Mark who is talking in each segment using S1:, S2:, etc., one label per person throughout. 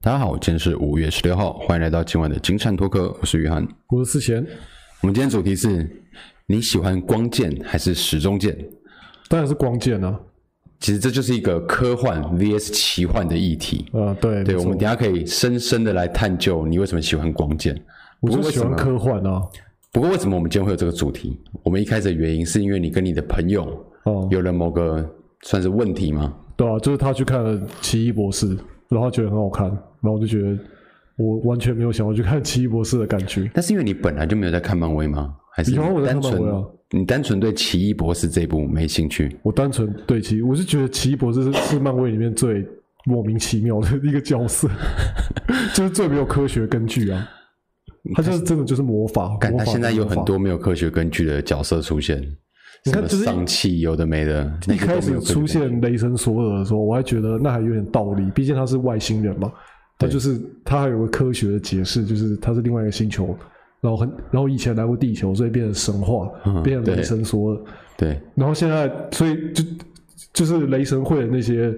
S1: 大家好，今天是五月十六号，欢迎来到今晚的金灿脱壳，我是于涵。
S2: 我是思贤，
S1: 我们今天主题是你喜欢光剑还是时钟剑？
S2: 当然是光剑啊，
S1: 其实这就是一个科幻 VS 奇幻的议题。
S2: 呃，对，
S1: 对，
S2: 没
S1: 我
S2: 错
S1: 们等一下可以深深的来探究你为什么喜欢光剑。
S2: 我
S1: 不
S2: 就
S1: 过为
S2: 喜
S1: 什
S2: 欢
S1: 么
S2: 科幻啊，
S1: 不过为什么我们今天会有这个主题？我们一开始的原因是因为你跟你的朋友
S2: 哦，
S1: 有了某个算是问题吗？
S2: 对啊，就是他去看了《奇异博士》，然后他觉得很好看，然后我就觉得我完全没有想要去看《奇异博士》的感觉，
S1: 那是因为你本来就没有在看漫威吗？还是
S2: 有啊我在
S1: 单
S2: 看
S1: 纯
S2: 漫威啊
S1: 你单纯对奇异博士这一部没兴趣？
S2: 我单纯对奇，我是觉得奇异博士是 是漫威里面最莫名其妙的一个角色， 就是最没有科学根据啊，他就是真的就是魔法，
S1: 但
S2: 魔
S1: 他
S2: 法
S1: 现在有
S2: 魔法
S1: 很多没有科学根据的角色出现，什
S2: 你看
S1: 么
S2: 就是一
S1: 上汽有的没的，那
S2: 一
S1: 个都
S2: 开
S1: 没
S2: 始
S1: 有科学
S2: 出
S1: 根据
S2: 现雷神索尔的时候，我还觉得那还有点道理，毕竟他是外星人嘛，他就是他还有个科学的解释，就是他是另外一个星球，然后很然后以前来过地球，所以变成神话，
S1: 嗯
S2: 变成
S1: 对
S2: 雷神索尔，
S1: 对，
S2: 然后现在所以就就是雷神会的那些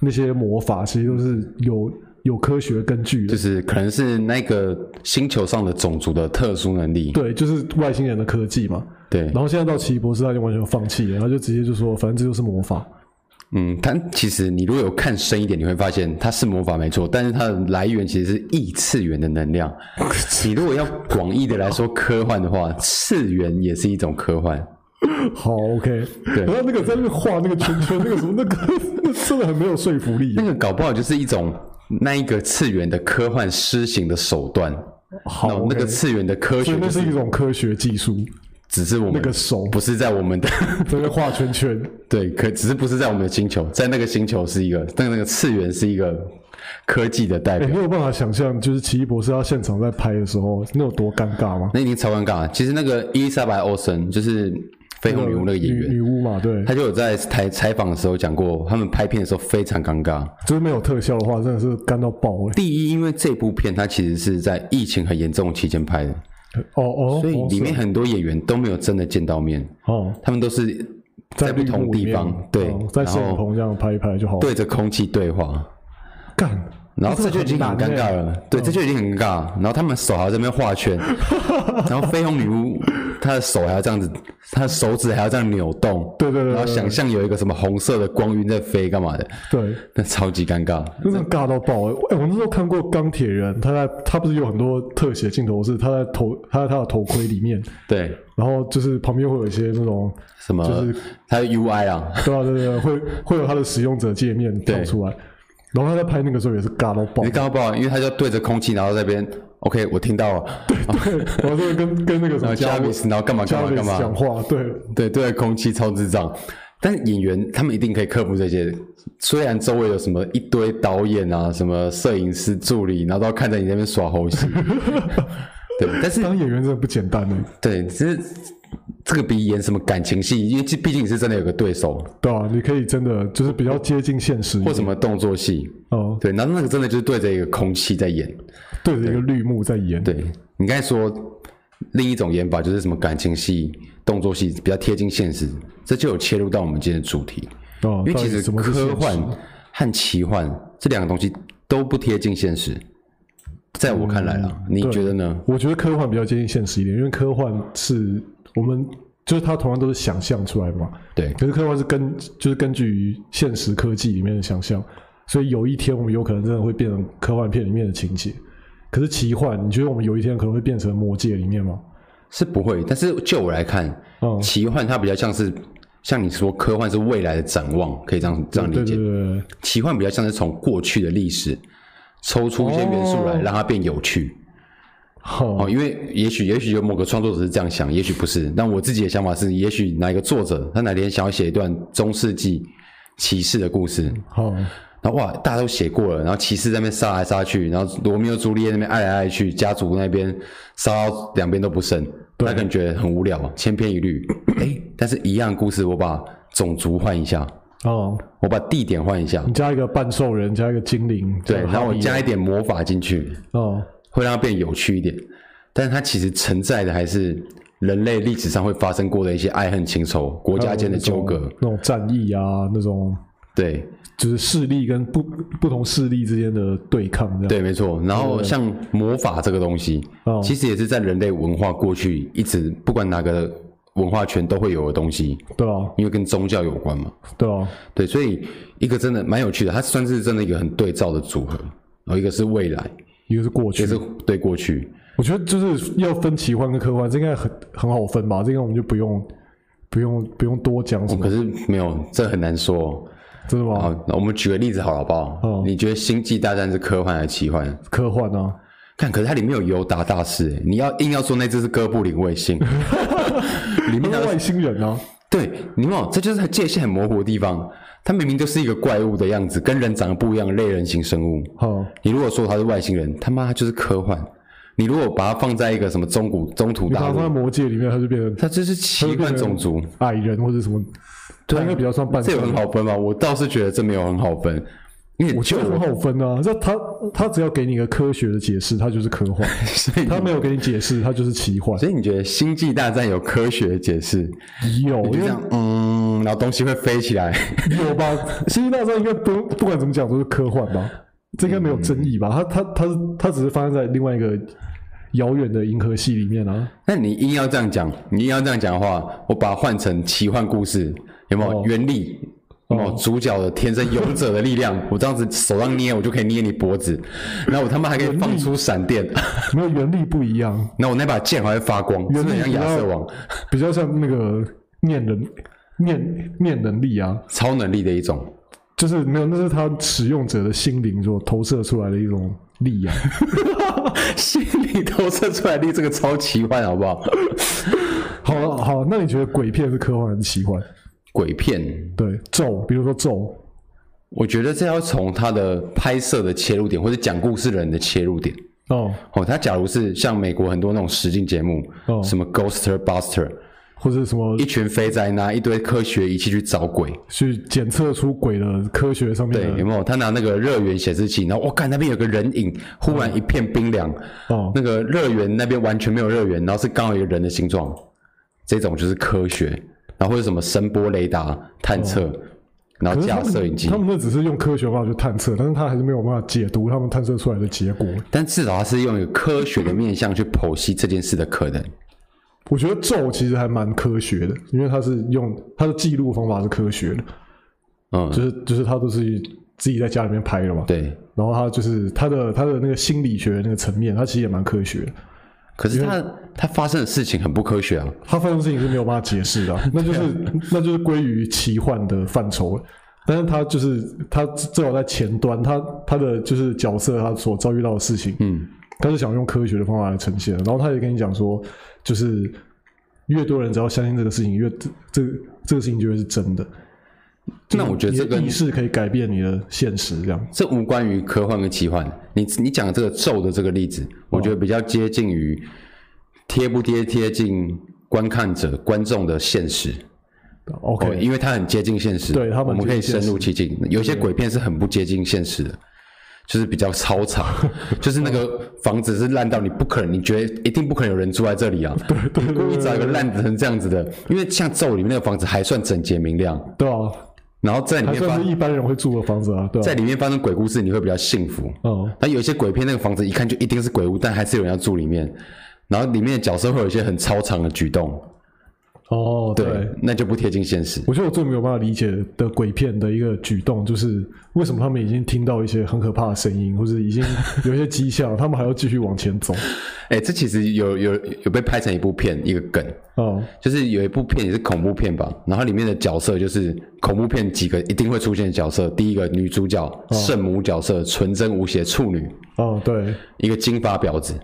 S2: 那些魔法，其实都是有有科学根据
S1: 就
S2: 的，
S1: 是可能是那个星球上的种族的特殊能力，
S2: 对，就是外星人的科技嘛。
S1: 对，
S2: 然后现在到奇异博士，他就完全放弃了，他就直接就说，反正这就是魔法。
S1: 嗯，但其实你如果有看深一点，你会发现它是魔法没错，但是它的来源其实是异次元的能 量。你如果要广义的来说科幻的话，次元也是一种科幻。
S2: 好，OK。
S1: 对
S2: 然后那个在那边画那个圈圈，那个什么，那个 那真的很没有说服力
S1: 那。个搞不好就是一种那一个次元的科幻施行的手段。
S2: 好
S1: 那种那个
S2: 哦 OK
S1: 次元的科
S2: 所
S1: 学
S2: 以那
S1: 就是是
S2: 一种科学技术，
S1: 只是我们
S2: 那个手
S1: 不是在我们的
S2: 在那边画圈圈。
S1: 对，可只是不是在我们的星球，在那个星球是一个，但那个次元是一个科技的代
S2: 哎、
S1: 表。
S2: 你有办法想象，就是奇异博士他现场在拍的时候，那有多尴尬吗？
S1: 那已经超尴尬了。其实那个伊丽莎白·欧森就是《绯红女巫》那个演员
S2: 女，女巫嘛，对，
S1: 他就有在采采访的时候讲过，他们拍片的时候非常尴尬。
S2: 就是没有特效的话，真的是干到爆哎、
S1: 第一，因为这部片它其实是在疫情很严重的期间拍的，
S2: 哦哦，
S1: 所以
S2: 哦
S1: 里面
S2: 是
S1: 很多演员都没有真的见到面，
S2: 哦，
S1: 他们都是在不
S2: 绿
S1: 同
S2: 幕里
S1: 地
S2: 面
S1: 方，对
S2: 哦，在
S1: 然
S2: 摄影
S1: 后
S2: 棚这样拍一拍就好。
S1: 对着空气对话，
S2: 干，
S1: 然后这就已经很尴尬
S2: 了。
S1: 了，对，这就已经很尴尬。然后他们手还在那边画圈，然后绯红女巫她的手还要这样子，她的手指还要这样扭动，
S2: 对对对对
S1: 然后
S2: 对
S1: 想象有一个什么红色的光晕在飞，干嘛的？
S2: 对，
S1: 那超级尴尬。
S2: 真的尬到爆哎、欸！我那时候看过钢铁人，他在他不是有很多特写镜头是他在头他在他的头盔里面，
S1: 对，
S2: 然后就是旁边会有一些那种
S1: 什么？
S2: 就是
S1: 它的 UI 啊，
S2: 对啊对对对，会会有他的使用者界面跳出来，然后他在拍那个时候也是尬到爆
S1: 你，哎刚刚不好，因为它就对着空气，然后在那边 OK，我听到了，
S2: 然后这个跟跟那个什
S1: 然后
S2: 么
S1: 加
S2: 加
S1: 比斯，然后干嘛呃干
S2: 加
S1: 嘛
S2: 维
S1: 干
S2: 斯
S1: 嘛，
S2: 讲话，对
S1: 对，对着空气超智障。但演员他们一定可以克服这些，虽然周围有什么一堆导演啊、什么摄影师助理，然后都看着你在那边耍猴戏， 对，但是
S2: 当演员真的不简单哎、
S1: 对，其实这个比演什么感情戏，因为这毕竟你是真的有个对手，
S2: 对啊，你可以真的就是比较接近现实一
S1: 或
S2: 点
S1: 什么动作戏，
S2: 哦，
S1: 对，然后那个真的就是对着一个空气在演，
S2: 对着一个绿幕在演，
S1: 对你刚才说另一种演法就是什么感情戏、动作戏比较贴近现实，这就有切入到我们今天的主题，
S2: 哦，
S1: 因为
S2: 到
S1: 其
S2: 底
S1: 实
S2: 什么是现
S1: 科
S2: 实
S1: 幻和奇幻这两个东西都不贴近现实，在我看来
S2: 嗯
S1: 啊，你觉得呢？
S2: 我觉得科幻比较接近现实一点，因为科幻是我们就是它同样都是想象出来嘛，
S1: 对
S2: 可是科幻是根就是根据于现实科技里面的想象，所以有一天我们有可能真的会变成科幻片里面的情节。可是奇幻，你觉得我们有一天可能会变成魔界里面吗？
S1: 是不会，但是就我来看，
S2: 嗯，
S1: 奇幻它比较像是像你说科幻是未来的展望，可以这样这样理
S2: 对对
S1: 解。
S2: 对对，
S1: 奇幻比较像是从过去的历史抽出一些元素来，
S2: 哦
S1: 让它变有趣。
S2: 好
S1: 哦，，因为也许也许有某个创作者是这样想，也许不是。但我自己的想法是，也许哪一个作者他哪天想要写一段中世纪骑士的故事，
S2: 好，
S1: 然后哇，大家都写过了，然后骑士在那边杀来杀去，然后罗密欧朱丽叶那边哎爱来爱去，家族那边杀到两边都不剩，他可能觉得很无聊，啊千篇一律。哎，但是一样的故事，我把种族换一下，
S2: 哦，
S1: 我把地点换一下
S2: 你，加一个半兽人，加一个精灵，
S1: 对，
S2: 这样
S1: 然后
S2: 好
S1: 我
S2: 一
S1: 加一
S2: 点
S1: 点魔法进去，
S2: 哦，
S1: 会让它变有趣一点。但是它其实承载的还是人类哦历史上会发生过的一些爱恨情仇、国家间的纠葛。
S2: 那种战役啊，那种
S1: 对
S2: 就是势力跟不不同势力之间的对抗这样。
S1: 对，没错。然后像魔法这个东西，
S2: 嗯哦
S1: 其实也是在人类文化过去一直不管哪个文化圈都会有的东西，
S2: 对啊，
S1: 因为跟宗教有关嘛。
S2: 对啊，
S1: 对，所以一个真的蛮有趣的，它算是真的一个很对照的组合。然后一个是未来，
S2: 一个是过
S1: 一
S2: 去
S1: 个，是对过去。
S2: 我觉得就是要分奇幻跟科幻，这应该很很好分吧？这个我们就不用不用不用多讲什么，
S1: 可是没有，这很难说哦。
S2: 真的吗？
S1: 好，那我们举个例子好了，好不好？
S2: 哦
S1: 你觉得《星际大战》是科幻还是奇幻？
S2: 科幻啊，
S1: 看，可是它里面有尤达大师，欸你要硬要说那只是哥布林卫星， 里面
S2: 那
S1: 的
S2: 是外星人啊，
S1: 对，你有没有这就是界限很模糊的地方。它明明就是一个怪物的样子，跟人长得不一样，类人型生物。
S2: 好，
S1: 你如果说它是外星人，他妈它就是科幻。你如果把它放在一个什么中古中土
S2: 你把
S1: 大
S2: 它放在
S1: 陆，
S2: 魔界里面，它就变成
S1: 它就是奇幻种族。
S2: 矮人或者什么，它应该比较算半
S1: 这有很好分吗？我倒是觉得这没有很好分，因为
S2: 我觉
S1: 就
S2: 得很
S1: 我
S2: 好分啊，这他他只要给你一个科学的解释，他就是科 幻；
S1: 所以
S2: 他没有给你解释，他就是奇幻。
S1: 所以你觉得《星际大战》有科学解释？
S2: 有，
S1: 就
S2: 因
S1: 这
S2: 为
S1: 样，嗯，然后东西会飞起来。
S2: 有吧？星际大战应该不不管怎么讲都是科幻吧？这应该没有争议吧？他他他他只是发生在另外一个遥远的银河系里面啊。
S1: 那你硬要这样讲，你硬要这样讲的话，我把它换成奇幻故事，有没有、
S2: 哦
S1: 原力？有没有主角的天生勇者的力 量？我这样子手上捏，我就可以捏你脖子，然后我他妈还可以放出闪 电，
S2: 没有原力不一样，
S1: 那我那把剑还会发光，真
S2: 原
S1: 的很
S2: 力
S1: 像
S2: 比较
S1: 亚瑟王
S2: 比较像那个念能念念能力啊，
S1: 超能力的一种。
S2: 就是没有，那是他使用者的心灵所投射出来的一种力啊。
S1: 心里投射出来的力，这个超奇幻，好不好？
S2: 好了好，啊那你觉得鬼片是科幻还是奇幻？
S1: 鬼片
S2: 对，咒，比如说咒，
S1: 我觉得这要从他的拍摄的切入点，或者讲故事人的切入点。
S2: 哦，
S1: 哦，他假如是像美国很多那种实境节目，
S2: 哦
S1: 什么 Ghoster Buster，
S2: 或者什么
S1: 一群肥宅拿一堆科学仪器去找鬼，
S2: 去检测出鬼的科学上面
S1: 对，有
S2: 的
S1: 没有？他拿那个热源显示器，然后我看、干那边有个人影，忽然一片冰凉，
S2: 嗯哦，
S1: 那个热源那边完全没有热源，然后是刚好有一个人的形状，这种就是科学，然后或者什么声波雷达探测，然后
S2: 哦可是他
S1: 架
S2: 们
S1: 摄影机
S2: 他，们那只是用科学方法去探测，但是他还是没有办法解读他们探测出来的结果。
S1: 但至少他是用一个科学的面向去剖析这件事的可能。
S2: 我觉得咒其实还蛮科学的，因为它是用它的记录方法是科学的，
S1: 嗯，
S2: 就是就是他都是自己在家里面拍的嘛。
S1: 对。
S2: 然后他就是他的他的那个心理学的那个层面，他其实也蛮科学的。
S1: 可是他他发生的事情很不科学啊，
S2: 他发生的事情是没有办法解释的啊、那就是、那就是归于奇幻的范畴了。但是他就是他至少在前端，他他的就是角色他所遭遇到的事情，嗯，他是想用科学的方法来呈现的。然后他也跟你讲说，就是越多人只要相信这个事情，越这这这个事情就会是真的。
S1: 那我觉得
S2: 你
S1: 这
S2: 的
S1: 跟
S2: 意识可以改变你的现实，这样
S1: 这无关于科幻跟奇幻。你你讲的这个咒的这个例子，我觉得比较接近于贴不贴贴近观看者观众的现实。
S2: OK。
S1: 哦，因为它很接近现实，
S2: 对它蛮
S1: 我们可以
S2: 接近现
S1: 深
S2: 实
S1: 入其境。有些鬼片是很不接近现实的，就是比较超 常，就是那个房子是烂到你不可能，你觉得一定不可能有人住在这里啊！ 对对故意找一个烂成这样子的，因为像咒里面那个房子还算整洁明亮，
S2: 对啊，
S1: 然后在里
S2: 还
S1: 面发
S2: 算啊是一般人会住的房子啊，对
S1: 在
S2: 啊，
S1: 里面发生鬼故事，你会比较幸福。
S2: 哦，
S1: 那有一些鬼片，那个房子一看就一定是鬼屋，但还是有人要住里面。然后里面的角色会有一些很超常的举动，
S2: 哦，
S1: 对，那就不贴近现实。
S2: 我觉得我最没有办法理解的鬼片的一个举动，就是为什么他们已经听到一些很可怕的声音，或者已经有一些迹象，他们还要继续往前走。
S1: 哎、这其实有有有被拍成一部片，一个梗，
S2: 哦，
S1: 就是有一部片也是恐怖片吧，然后里面的角色就是恐怖片几个一定会出现的角色，第一个女主角圣母角色，纯真无邪处女，
S2: 哦，对，
S1: 一个金发婊子，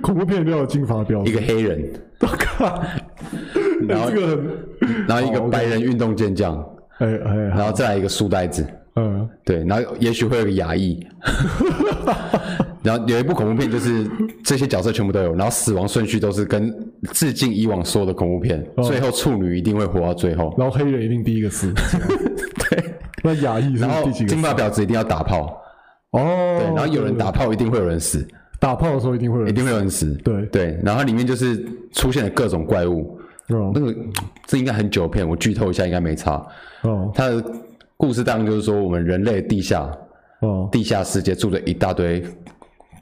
S2: 恐怖片都有金发标
S1: 一
S2: 志，
S1: 个黑人，
S2: 我靠，
S1: 然后
S2: 这个很，
S1: 然后一个白人运动健将，
S2: 哎哎，
S1: 然
S2: 好
S1: 后再来一个书呆子，
S2: 嗯，
S1: 对，然后也许会有个牙 医，然后有一部恐怖片就是这些角色全部都有，然后死亡顺序都是跟致敬以往所有的恐怖片，
S2: 哦
S1: 最后处女一定会活到最后，
S2: 然后黑人一定第一个死，
S1: 对，
S2: 那亚裔是
S1: 然
S2: 不是
S1: 后
S2: 第几个
S1: 金
S2: 死？
S1: 发婊子一定要打炮，
S2: 哦，
S1: 对，然后有人打炮一定会有人死，
S2: 打炮的时候一定会有
S1: 一
S2: 人，
S1: 定会有人死，
S2: 对
S1: 对，然后里面就是出现了各种怪物，
S2: 哦
S1: 那个这应该很久的片，我剧透一下应该没差，
S2: 哦
S1: 它的故事当然就是说，我们人类地下
S2: 哦
S1: 地下世界住着一大堆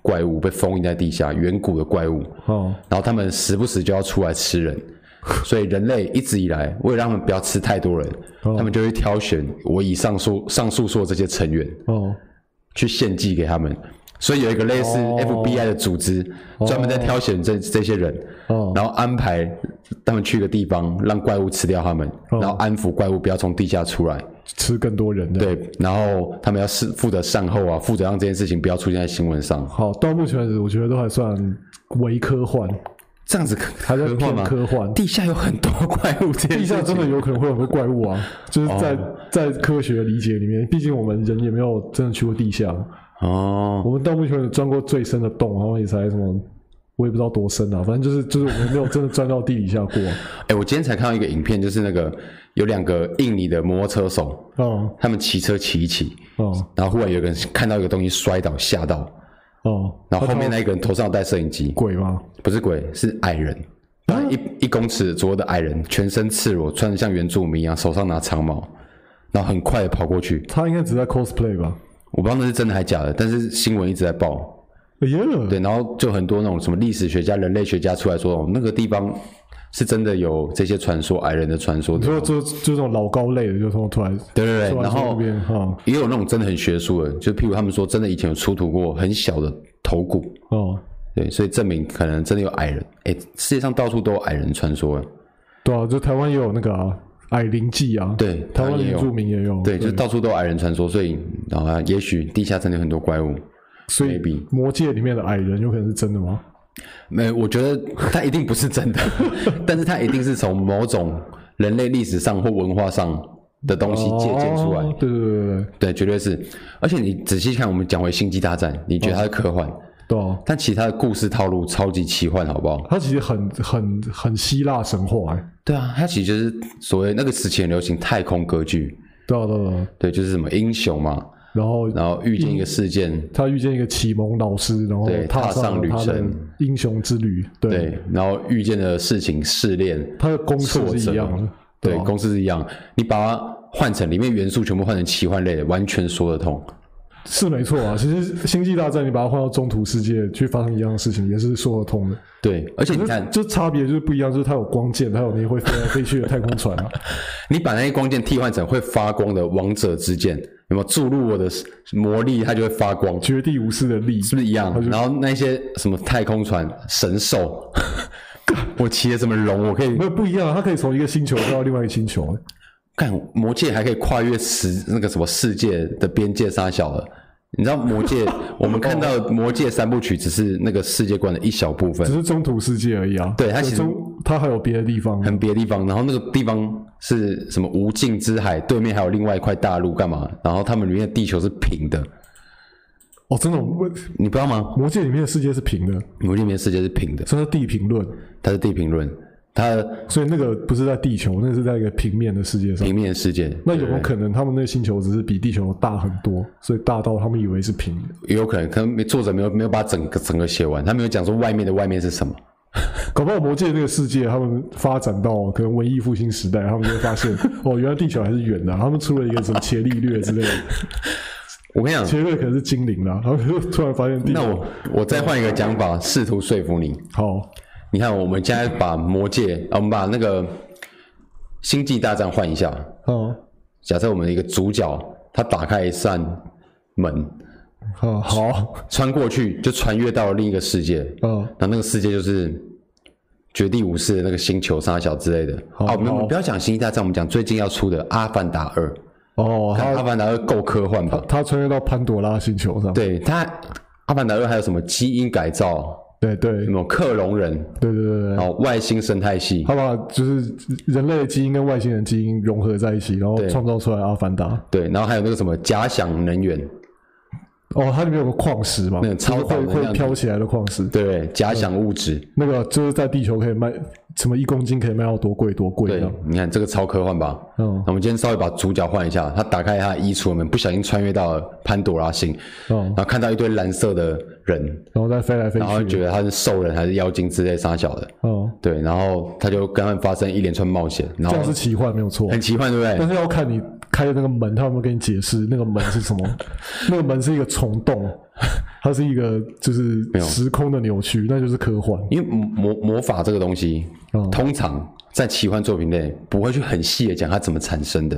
S1: 怪物，被封印在地下，远古的怪物。
S2: 哦
S1: 然后他们时不时就要出来吃人，所以人类一直以来为了让他们不要吃太多人，
S2: 哦
S1: 他们就会挑选我以上述上述说的这些成员
S2: 哦
S1: 去献祭给他们。所以有一个类似
S2: 哦
S1: FBI 的组织，专门在挑选这这些人，
S2: 哦
S1: 然后安排他们去一个地方，让怪物吃掉他们，
S2: 哦
S1: 然后安抚怪物不要从地下出来。
S2: 吃更多人的。，
S1: 对，然后他们要是负责善后啊，负责让这件事情不要出现在新闻上。
S2: 好，到目前为止，我觉得都还算微科幻，
S1: 这样子还
S2: 还在
S1: 幻
S2: 偏
S1: 吗？
S2: 科幻。
S1: 地下有很多怪物，这件
S2: 地
S1: 事
S2: 下
S1: 情
S2: 真的有可能会有很多怪物啊，就是在、
S1: 哦
S2: 在科学的理解里面，毕竟我们人也没有真的去过地下嘛。
S1: 哦，
S2: 我们到目前为止钻过最深的洞，然后也才什么，我也不知道多深啊，反正就是就是我们没有真的钻到地底下过。
S1: 哎、我今天才看到一个影片，就是那个有两个印尼的摩托车手，
S2: 哦
S1: 他们骑车骑一骑，
S2: 哦
S1: 然后忽然有一个人看到一个东西摔倒，吓到，
S2: 哦，
S1: 然后后面那一个人头上有带摄影机，
S2: 鬼吗？
S1: 不是鬼，是矮人，大概一一公尺左右的矮人，全身赤裸，穿得像原住民一样，手上拿长矛，然后很快的跑过去，
S2: 他应该只在 cosplay 吧？
S1: 我不知道那是真的还假的，但是新闻一直在报。
S2: 哎呀，
S1: 对，然后就很多那种什么历史学家、人类学家出来说，哦，那个地方是真的有这些传说，矮人的传说
S2: 你
S1: 的。
S2: 说就就这种老高类的，就从突然
S1: 对对对，
S2: 突然
S1: 然
S2: 从那
S1: 后
S2: 边哦哈
S1: 也有那种真的很学术的，就譬如他们说，真的以前有出土过很小的头骨，
S2: 哦，
S1: 对，所以证明可能真的有矮人。哎，世界上到处都有矮人传说，哎
S2: 对啊，就台湾也有那个啊矮灵记啊，
S1: 对
S2: 台湾
S1: 台湾也
S2: 原
S1: 有
S2: 住民也有，
S1: 对，就是到处都有矮人传说，所以然后啊，也许地下真的有很多怪物。
S2: 所以
S1: maybe
S2: 魔界里面的矮人有可能是真的吗？
S1: 没，我觉得它一定不是真的， 但是它一定是从某种人类历史上或文化上的东西借鉴出来。
S2: 哦对对对对对，
S1: 对，绝对是。而且你仔细看，我们讲回《星际大战》，你觉得它是科幻，
S2: 对啊，
S1: 但其他的故事套路超级奇幻，好不好？
S2: 它其实很很很希腊神话、欸，
S1: 对啊，它其实就是所谓那个时期很流行太空歌剧，
S2: 对啊对啊对啊，
S1: 对，就是什么英雄嘛，
S2: 然后
S1: 然后遇见一个事件，
S2: 他遇见一个启蒙老师，然后
S1: 对踏上
S2: 上了
S1: 旅
S2: 他的
S1: 程
S2: 英雄之旅，对，
S1: 对，然后遇见的事情试炼，
S2: 他的公式
S1: 挫
S2: 是
S1: 折
S2: 一样的，啊
S1: 对，
S2: 吧
S1: 公式是一样，你把它换成里面元素全部换成奇幻类的，完全说得通。
S2: 是没错啊。其实《星际大战》你把它换到中土世界去发生一样的事情，也是说得通的。
S1: 对，而且你看，
S2: 就差别就是不一样，就是它有光剑，它有那些会飞来飞去的太空船 啊。
S1: 你把那些光剑替换成会发光的王者之剑，有没有注入我的魔力，它就会发光。
S2: 绝地武士的力，
S1: 是不是一样？然后那些什么太空船、神兽， 我骑的什么龙，我可以
S2: 没有不一样啊，它可以从一个星球到另外一个星球。
S1: 干魔界，还可以跨越时那个什么世界的边界，杀小了。你知道魔 界，我们看到魔界三部曲只是那个世界观的一小部分
S2: 只，是中土世界而已啊。
S1: 对它
S2: 就
S1: 其实
S2: 中它还有别的地方啊，
S1: 很别的地方。然后那个地方是什么无尽之海，对面还有另外一块大陆，干嘛？然后他们里面的地球是平的，
S2: 哦，真的，我
S1: 你不知道吗？
S2: 魔界里面的世界是平的，
S1: 魔界里面的世界是平的，
S2: 这是地平论，
S1: 它是地平论，它的
S2: 所以那个不是在地球，那个是在一个平面的世界上。
S1: 平面世界。
S2: 那有没有可能他们那个星球只是比地球大很多，所以大到他们以为是平的？
S1: 也有可能，可能没作者没有没有把整个整个写完，他没有讲说外面的外面是什么。
S2: 搞不好魔界那个世界，他们发展到可能文艺复兴时代，他们就会 发现哦，原来地球还是圆的啊、他们出了一个什么伽利略 之类的，
S1: 我跟你讲，
S2: 伽利略可能是精灵啦，他们就突然发现地
S1: 那
S2: 球
S1: 我我再换一个讲法，试图说服你。
S2: 好
S1: 你看，我们现在把魔界，啊我们把那个星际大战换一下。
S2: 哦
S1: 假设我们的一个主角，他打开一扇门，
S2: 哦好
S1: 穿过去就穿越到了另一个世界，
S2: 哦
S1: 然后那个世界就是绝地武士的那个星球沙小之类的。
S2: 好
S1: 哦，没有，我
S2: 好
S1: 们不要讲星际大战，我们讲最近要出的《阿凡达二》。
S2: 哦，
S1: 看《
S2: 他
S1: 阿凡达二》够科幻吧？
S2: 他穿越到潘多拉星球上，
S1: 对他，阿凡达二还有什么基因改造，
S2: 对对
S1: 什
S2: 对
S1: 么克隆人，
S2: 对对
S1: 然
S2: 对，
S1: 后外星生态系，
S2: 他把就是人类的基因跟外星人基因融合在一起，然后
S1: 对
S2: 创造出来阿凡达。
S1: 对，然后还有那个什么假想能源，
S2: 哦，它里面有个矿石嘛，
S1: 那个超
S2: 就是
S1: 仿
S2: 会
S1: 的那样子
S2: 会飘起来的矿石，
S1: 对不对，假想物质，
S2: 那个就是在地球可以卖，什么一公斤可以卖到多贵多贵这
S1: 对
S2: 样。，
S1: 你看这个超科幻吧？
S2: 嗯
S1: 那我们今天稍微把主角换一下，他打开他的衣橱门，不小心穿越到了潘多拉星，
S2: 哦
S1: 然，后看到一堆蓝色的人，
S2: 然后再飞来飞
S1: 然后
S2: 去。
S1: 觉得他是兽人还是妖精之类傻小的，
S2: 哦，
S1: 对，然后他就跟他们发生一连串冒险，然
S2: 这样
S1: 后
S2: 是奇幻没有错
S1: 哎很，奇幻，对不对
S2: 但？是要看你开的那个门，他有没有跟你解释那个门是什么？ 那个门是一个虫洞， 它是一个就是
S1: 没有
S2: 时空的扭曲，那就是科幻。
S1: 因为魔魔法这个东西，
S2: 嗯
S1: 通常在奇幻作品内不会去很细的讲它怎么产生的，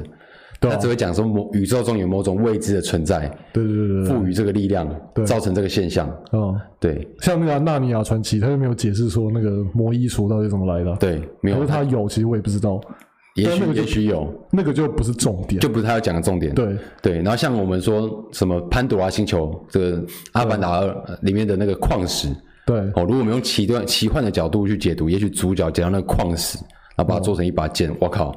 S2: 对
S1: 它
S2: 啊
S1: 只会讲说某宇宙中有某种未知的存在
S2: 对对对对
S1: 赋予这个力量，
S2: 对
S1: 造成这个现象。
S2: 对，啊、
S1: 对
S2: 像那个啊《纳尼亚传奇》，他就没有解释说那个魔衣术到底怎么来的啊、
S1: 对，没
S2: 可
S1: 有
S2: 是，他有，其实我也不知道，
S1: 也
S2: 但那
S1: 许
S2: 个就
S1: 也许有，
S2: 那个就不是重点。
S1: 就不是他要讲的重点。
S2: 对
S1: 对，然后像我们说什么潘多拉星球，这个《阿凡达二》里面的那个矿石，
S2: 对
S1: 哦，如果我们用奇段奇幻的角度去解读，也许主角捡到那个矿石，然后把它做成一把剑，我靠！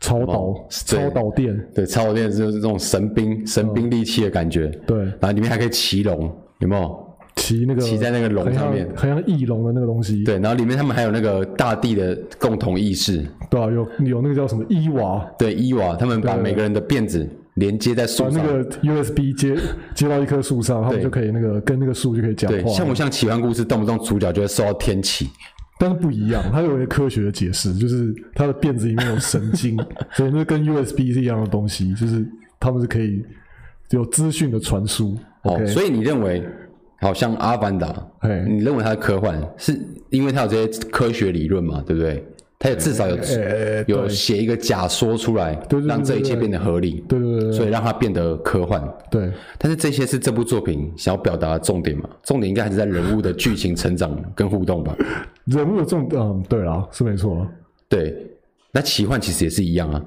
S2: 超
S1: 哦
S2: 导
S1: 对
S2: 超导电，
S1: 对，超有点就是这种神兵神兵利器的感觉。
S2: 对，
S1: 然后里面还可以骑龙，有没有？
S2: 骑那个
S1: 骑在那个龙
S2: 很
S1: 上
S2: 像
S1: 面
S2: 很像翼龙的那个东西，
S1: 对，然后里面他们还有那个大地的共同意识，
S2: 对啊，有有那个叫什么伊娃，
S1: 对伊娃，他们把每个人的辫子连接在
S2: 把
S1: 树
S2: 啊那
S1: 上。
S2: 个 USB 接接到一棵树上，他们
S1: 对
S2: 就可以那个跟那个树就可以讲
S1: 对，像
S2: 话，
S1: 不像奇幻故事，动不动主角就会受到天启？
S2: 但是不一样，它有一个科学的解释，就是它的辫子里面有 神经，所以那跟 USB 是一样的东西，就是他们是可以有资讯的传输。
S1: 哦
S2: OK，
S1: 所以你认为，好像《阿凡达》
S2: 嘿，
S1: 你认为它的科幻是因为它有这些科学理论嘛，对不对？它有至少有、
S2: 哎哎
S1: 有
S2: 对
S1: 写一个假说出来，
S2: 对对
S1: 让这一切
S2: 对对
S1: 变得合理，
S2: 对对对
S1: 所
S2: 对
S1: 以让它变得科幻。
S2: 对，
S1: 但是这些是这部作品想要表达的重点嘛？重点应该还是在人物的剧情成长跟互动吧？
S2: 人物的重嗯，对啦，是没错啊。
S1: 对，那奇幻其实也是一样啊。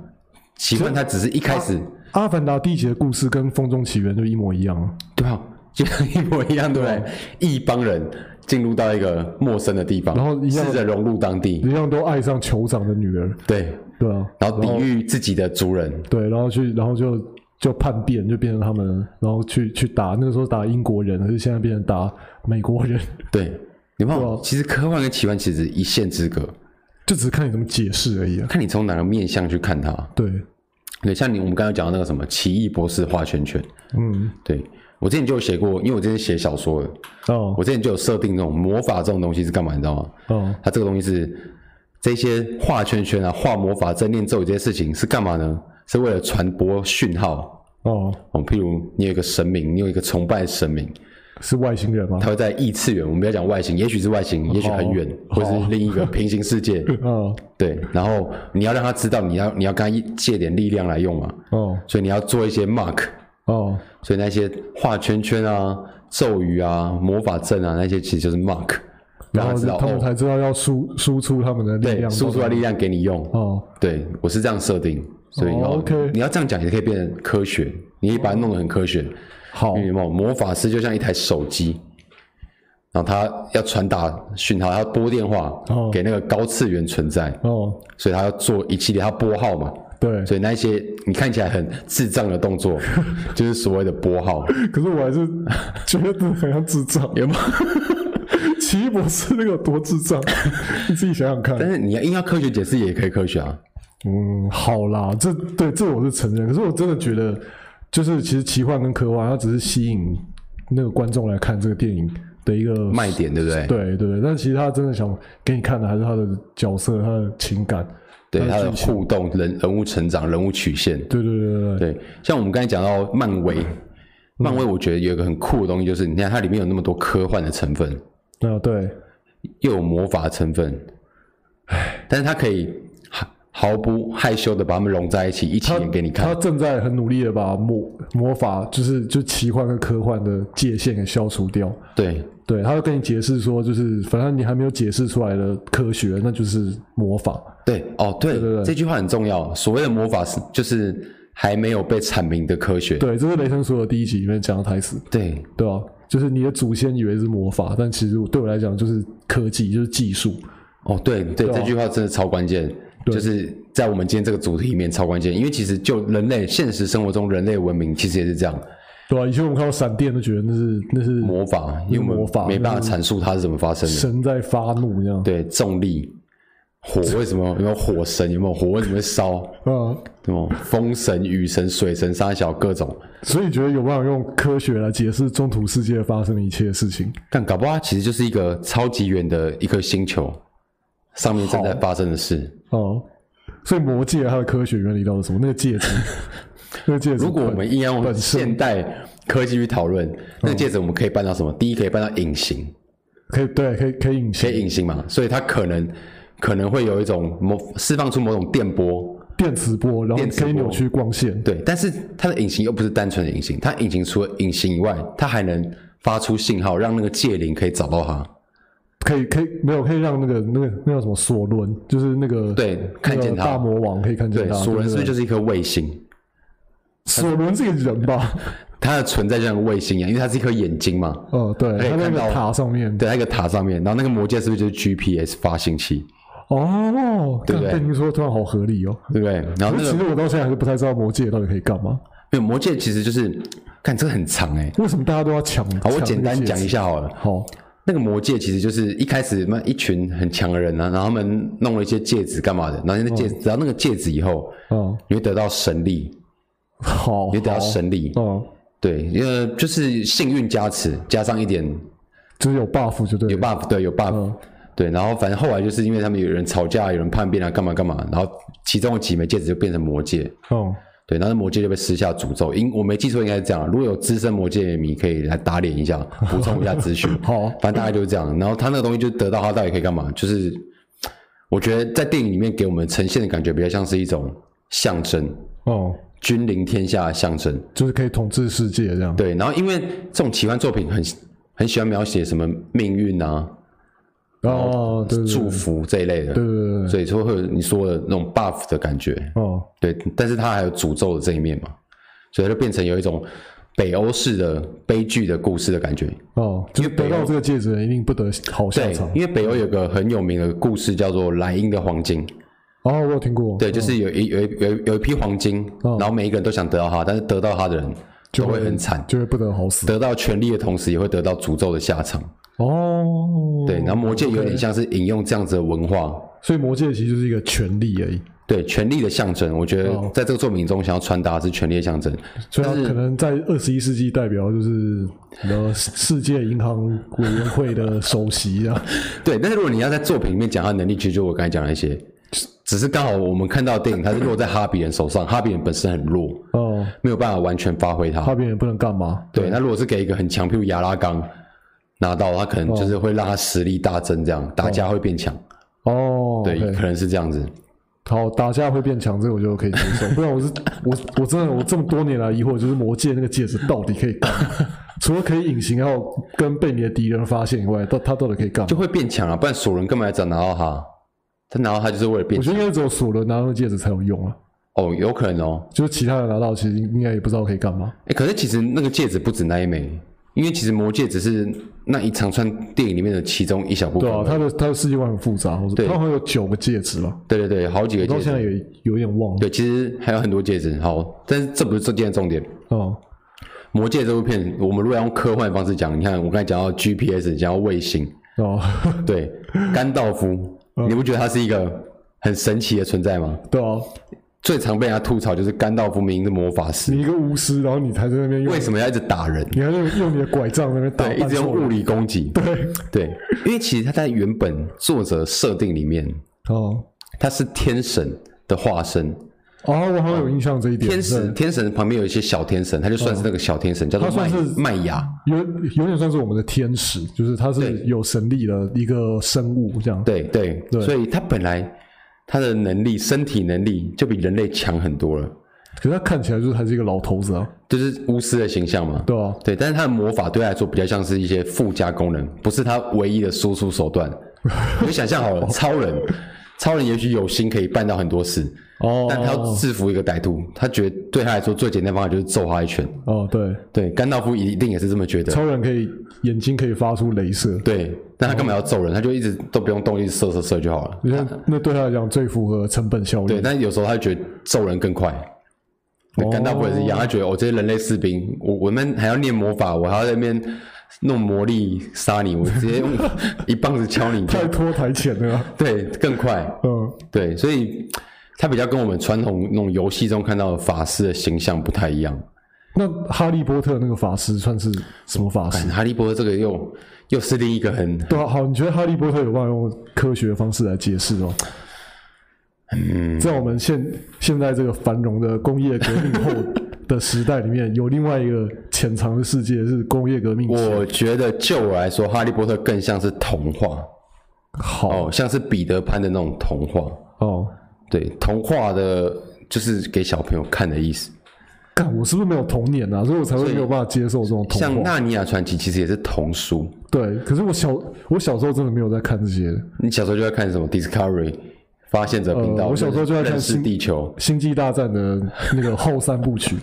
S1: 奇幻它只是一开始，
S2: 阿凡达第一集的故事跟《风中奇缘》就一模一样啊，
S1: 对吧？就像一模一样，对不
S2: 啊
S1: 对？一帮人进入到一个陌生的地方，
S2: 然后一样
S1: 试着融入当地，
S2: 一样都爱上酋长的女儿，
S1: 对，
S2: 对啊，
S1: 然后抵御自己的族人，
S2: 对，然后去，然后就就叛变，就变成他们，然后去去打，那个时候打英国人，可是现在变成打美国人，
S1: 对。你看
S2: 对啊，
S1: 其实科幻跟奇幻其实一线之隔，
S2: 就只是看你怎么解释而已啊。
S1: 看你从哪个面向去看它。
S2: 对，
S1: 对，像你我们刚才讲的那个什么《奇异博士画圈圈》，
S2: 嗯，
S1: 对我之前就有写过，因为我之前写小说的，
S2: 哦
S1: 我之前就有设定这种魔法这种东西是干嘛，你知道吗？
S2: 哦，
S1: 它这个东西是这些画圈圈啊、画魔法阵、念咒语这些事情是干嘛呢？是为了传播讯号。
S2: 哦，
S1: 哦，譬如你有一个神明，你有一个崇拜神明，
S2: 是外星人吗？
S1: 它会在异次元，我们不要讲外星，也许是外星，也许很远，或是另一个平行世 界，
S2: 哦
S1: 对。然后你要让他知道，你要你要跟他借点力量来用嘛，
S2: 哦
S1: 所以你要做一些 mark，
S2: 哦
S1: 所以那些画圈圈啊、咒语啊、魔法阵啊，那些其实就是 mark，让他
S2: 然后
S1: 知
S2: 就
S1: 道
S2: 他们
S1: 哦，
S2: 才知道要输输出他们的力
S1: 对，
S2: 量，
S1: 输出的力量给你用。
S2: 哦，
S1: 对我是这样设定，所以以后、
S2: 哦，OK
S1: 你要这样讲也可以变得科学，你可以把它弄得很科学。
S2: 好
S1: 因为，有没有魔法师就像一台手机，然后它要传达讯号，它要拨电话、
S2: 哦
S1: 给那个高次元存在，
S2: 哦，
S1: 所以它要做一系列，它拨号嘛。
S2: 对，
S1: 所以那一些你看起来很智障的动 作，就是所谓的拨号，
S2: 可是我还是觉得真的很像智障。
S1: 有没有？
S2: 奇异博士那个有多智障， 你自己想想看。
S1: 但是你要硬要科学解释也可以科学啊。
S2: 嗯，好啦，这对这我是承认，可是我真的觉得，就是其实奇幻跟科幻，它只是吸引那个观众来看这个电影的一个
S1: 卖点对不对？
S2: 对对对，但其实他真的想给你看的还是他的角色、他的情感。
S1: 对，它
S2: 它
S1: 的
S2: 的剧情
S1: 互动、人人物成长、人物曲线，
S2: 对对对对对，
S1: 对，像我们刚才讲到漫威，漫威我觉得有一个很酷的东西，就是你看它里面有那么多科幻的成分，
S2: 啊对，
S1: 又有魔法的成分，但是它可以毫毫不害羞的把它们融在一起，一起
S2: 他
S1: 演给你看
S2: 他。正在很努力的把魔魔法，就是就奇幻跟科幻的界限给消除掉。
S1: 对
S2: 对，他就跟你解释说，就是反正你还没有解释出来的科学，那就是魔法。
S1: 对哦，对
S2: 对对
S1: 这句话很重要。所谓的魔法是就是还没有被阐明的科学。
S2: 对，这是雷神所有第一集里面讲的台词。
S1: 对
S2: 对啊，就是你的祖先以为是魔法，但其实对我来讲就是科技，就是技术。
S1: 哦，对对，这句话真的超关键，就是在我们今天这个主题里面超关键，因为其实就人类现实生活中，人类文明其实也是这样，
S2: 对啊，以前我们看到闪电都觉得那是那是
S1: 魔法，因为我
S2: 魔
S1: 们
S2: 法
S1: 没办法阐述它是怎么发生的。
S2: 神在发怒这样。
S1: 对，重力，火为什么有没有火神？有没有火为什么会 烧？
S2: 啊，
S1: 什么风神、雨神、水神、沙小各种，
S2: 所以你觉得有办法用科学来解释中土世界发生的一切事情？
S1: 但搞不好它其实就是一个超级远的一颗星球上面正在发生的事。
S2: 啊 哦、所以魔界它的科学原理到底是什么？那个戒指那个戒指
S1: 如果我
S2: 本
S1: 们硬要用
S2: 本身
S1: 现代科技去讨论，那个戒指我们可以办到什么？第一，可以办到隐形，
S2: 可以对可以可以隐
S1: 可
S2: 形
S1: 以隐形嘛，所以它可能可能会有一种某释放出某种电波，
S2: 电磁波，然后
S1: 电磁
S2: 可以扭
S1: 波
S2: 曲光线，
S1: 对，但是它的隐形又不是单纯的隐形，它隐形除了隐形以外，它还能发出信号，让那个戒灵可以找到它。
S2: 可以可以没有可以让那个那个那叫什么索伦，就是那个
S1: 对
S2: 那个
S1: 看见他
S2: 大魔王可以看见
S1: 对，
S2: 他。
S1: 索伦是不是
S2: 对
S1: 就是一颗卫星？
S2: 索伦这个人 吧？
S1: 它的存在就像个卫星一样，因为它是一颗眼睛嘛。
S2: 哦，对，
S1: 可以
S2: 他在那
S1: 哎看
S2: 个
S1: 到
S2: 塔上面。
S1: 对，它一个塔上面，然后那个魔戒是不是就是 GPS 发信器，
S2: 哦，
S1: 对不
S2: 干
S1: 对
S2: 被您说突然好合理哦。
S1: 对不对？然后那
S2: 可是其
S1: 个
S2: 实我到现在还是不太知道魔戒到底可以干嘛，
S1: 没有魔戒其实就是，看这个很长哎、
S2: 为什么大家都要抢？
S1: 好，我
S2: 抢
S1: 简单
S2: 这个戒
S1: 讲
S2: 指
S1: 一下好了。
S2: 好，
S1: 那个魔戒其实就是一开始那一群很强的人啊，然后他们弄了一些戒指干嘛的，然
S2: 哦
S1: 后那戒指，然后那个戒指以后，
S2: 嗯，
S1: 你会得到神力，
S2: 好，
S1: 你会得到
S2: 好
S1: 神力，
S2: 哦，
S1: 对，因为就是幸运加持，加上一点
S2: 就是有 buff 就对
S1: 有
S2: 了，
S1: buff，对，有 buff，、
S2: 嗯
S1: 对，然后反正后来就是因为他们有人吵架，有人叛变啊，干嘛干嘛，然后其中有几枚戒指就变成魔戒，
S2: 哦，
S1: 对，然后魔戒就被施下诅咒，因我没记错应该是这样，如果有资深魔戒迷可以来打脸一下，补充一下资讯，
S2: 好
S1: 反正大概就是这样，然后他那个东西就得到他到底可以干嘛，就是我觉得在电影里面给我们呈现的感觉比较像是一种象征，
S2: 哦，
S1: 君临天下的象征，
S2: 就是可以统治世界这样。
S1: 对，然后因为这种奇幻作品很很喜欢描写什么命运啊、
S2: 哦，对对对
S1: 祝福这一类的，
S2: 对对对对，
S1: 所以说会有你说的那种 buff 的感觉，
S2: 哦，
S1: 对，但是它还有诅咒的这一面嘛，所以它就变成有一种北欧式的悲剧的故事的感觉。
S2: 哦，就是得到这个戒指的人一定不得好下
S1: 对
S2: 场，。
S1: 因为北欧有个很有名的故事叫做莱茵的黄金，
S2: 哦，我有听过，
S1: 对，就是有一有一有一有一批黄金，然后每一个人都想得到它，但是得到它的人就会很惨，
S2: 哦就会哦不得好死。
S1: 得到权力的同时也会得到诅咒的下场。
S2: 哦，
S1: 对，然后魔戒有点像是引用这样子的文化，
S2: 所以魔戒其实就是一个权力而已，
S1: 对权力的象征。我觉得
S2: 哦
S1: 在这个作品中想要传达的是权力的象征。
S2: 所以它可能在二十一世纪代表就是呃世界银行委员会的首席啊，
S1: 对，但是如果你要在作品里面讲他的能力，其实就我刚才讲的一些，只是刚好我们看到的电影它是落在哈比人手上，哈比人本身很弱，
S2: 哦，
S1: 没有办法完全发挥它。
S2: 他别人也不能干嘛，
S1: 对，那如果是给一个很强，譬如亚拉冈拿到，他可能就是会让他实力大增，这样打架会变强。
S2: 哦，
S1: 对
S2: OK
S1: 可能是这样子。
S2: 好，打架会变强，这个我就可以接受。不然我是 我我真的我这么多年来疑惑，就是魔戒那个戒指到底可以干嘛？ 除了可以隐形，还有跟被你的敌人发现以外，到他到底可以干嘛
S1: 就？会变强啊，不然索伦干嘛要找拿到他？他拿到他就是为了变
S2: 我觉
S1: 强
S2: 得应该只有索伦拿到那个戒指才有用啊，
S1: 哦，有可能哦。
S2: 就是其他人拿到其实应该也不知道可以干嘛。
S1: 哎，可是其实那个戒指不止那一枚，因为其实魔戒只是那一长串电影里面的其中一小部
S2: 对
S1: 分。
S2: 啊，他的他的世界观很复杂，或者
S1: 对
S2: 他好像有九个戒指吧，
S1: 对对对，好几个
S2: 到
S1: 戒
S2: 现
S1: 指。
S2: 在也有点忘了。
S1: 对，其实还有很多戒指。好，但是这不是这件重点。
S2: 哦
S1: 魔戒这部片，我们如果要用科幻的方式讲，你看我刚才讲到 GPS，讲到卫星，
S2: 哦，
S1: 对，甘道夫，
S2: 嗯
S1: 你不觉得他是一个很神奇的存在吗？
S2: 对啊，
S1: 最常被人家吐槽就是甘道夫明明是魔法师，
S2: 你一个巫师，然后你还在那边用
S1: 为，什么要一直打人？
S2: 你还在用你的拐杖在那边打
S1: 对，一
S2: 半
S1: 直用
S2: 兽人，
S1: 物理攻击。
S2: 对，
S1: 对，因为其实他在原本作者设定里面，
S2: 哦
S1: 他是天神的化身，
S2: 哦，我好像有印象这一点，
S1: 天
S2: 对
S1: 使天神旁边有一些小天神，他就算是那个小天神，叫做
S2: 哦他算
S1: 麦
S2: 是
S1: 麦雅。
S2: 有有点算是我们的天使，就是它是
S1: 对
S2: 有神力的一个生物这样。
S1: 对对，所以他本来他的能力、身体能力就比人类强很多了，
S2: 可是它看起来就是还是一个老头子啊，
S1: 就是巫师的形象嘛。
S2: 对啊，
S1: 对，但是他的魔法对他来说比较像是一些附加功能，不是他唯一的输出手 段。你就想象好了，
S2: 哦
S1: 超人，超人也许有心可以办到很多事，
S2: 哦
S1: 但他要制服一个歹徒，他觉得对他来说最简单的方法就是揍他一拳。
S2: 哦对，
S1: 对，甘道夫一定也是这么觉得。
S2: 超人可以眼睛可以发出镭射，
S1: 对，但他干嘛要揍人？他就一直都不用动，一直射射射就好了。
S2: 你看那对他来讲最符合成本效
S1: 对，
S2: 率。
S1: 但有时候他觉得揍人更快。那甘道夫也是一样，他觉得我、哦这些人类士兵，我我们还要念魔法，我还要在那边弄魔力杀你，我直接用一棒子敲你，
S2: 太拖台前了啊，
S1: 对，更快。
S2: 嗯，
S1: 对，所以他比较跟我们传统那种游戏中看到的法师的形象不太一样。
S2: 那哈利波特那个法师算是什么法师？
S1: 哈利波特这个又又是另一个很
S2: 对啊，好，你觉得哈利波特有办法用科学的方式来解释哦？嗯，在我们现现在这个繁荣的工业革命后的时代里面，有另外一个潜藏的世界是工业革命前。
S1: 我觉得就我来说，哈利波特更像是童话
S2: 好
S1: 哦，像是彼得潘的那种童话。
S2: 哦，
S1: 对，童话的就是给小朋友看的意思。
S2: 干，我是不是没有童年啊？所以我才会没有办法接受这种童
S1: 像《
S2: 话。
S1: 纳尼亚传奇》其实也是童书，
S2: 对，可是我小我小时候真的没有在看这些。
S1: 你小时候就在看什么 Discovery 发现者频道，
S2: 呃我小时候就在看
S1: 认识
S2: 星
S1: 地球
S2: 《星际大战》的那个后三部曲，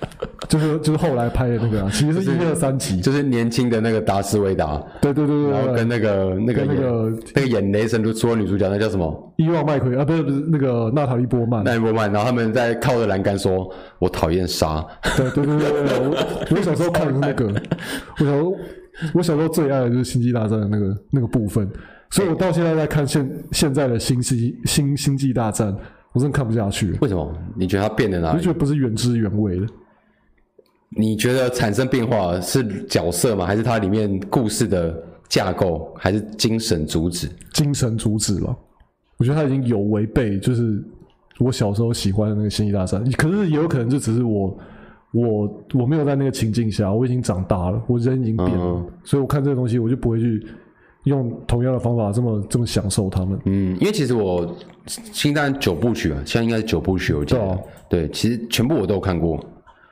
S2: 就是就是后来拍的那个、啊，其实是一二三集。
S1: 就是年轻的那个达斯维达，
S2: 对对对
S1: 然后
S2: 对对，
S1: 跟那个那个
S2: 跟那
S1: 演
S2: 个
S1: 那个演雷神说女主角那叫什么
S2: 伊万麦奎啊，不是不是那个娜塔莉 波曼。
S1: 奈波曼，然后他们在靠着栏杆说：“我讨厌沙。
S2: 对对对对对，我我小时候看的是那个，我小时候我小时候最爱的就是《星际大战》的那个那个部分，所以我到现在在看现现在的新星新星际大战，我真的看不下去了”，
S1: 为什么？你觉得它变了哪
S2: 我就
S1: 里？
S2: 觉得不是原汁原味的。
S1: 你觉得产生变化是角色吗？还是它里面故事的架构，还是精神主旨？
S2: 精神主旨了。我觉得他已经有违背，就是我小时候喜欢的那个《星际大战》，可是也有可能就只是我我我没有在那个情境下，我已经长大了，我人已经变了，
S1: 嗯
S2: 所以我看这个东西我就不会去用同样的方法这么这么享受他们。
S1: 嗯，因为其实我《新单九部曲》啊，现在应该是九部曲，我记得。
S2: 对啊
S1: 对，其实全部我都有看过。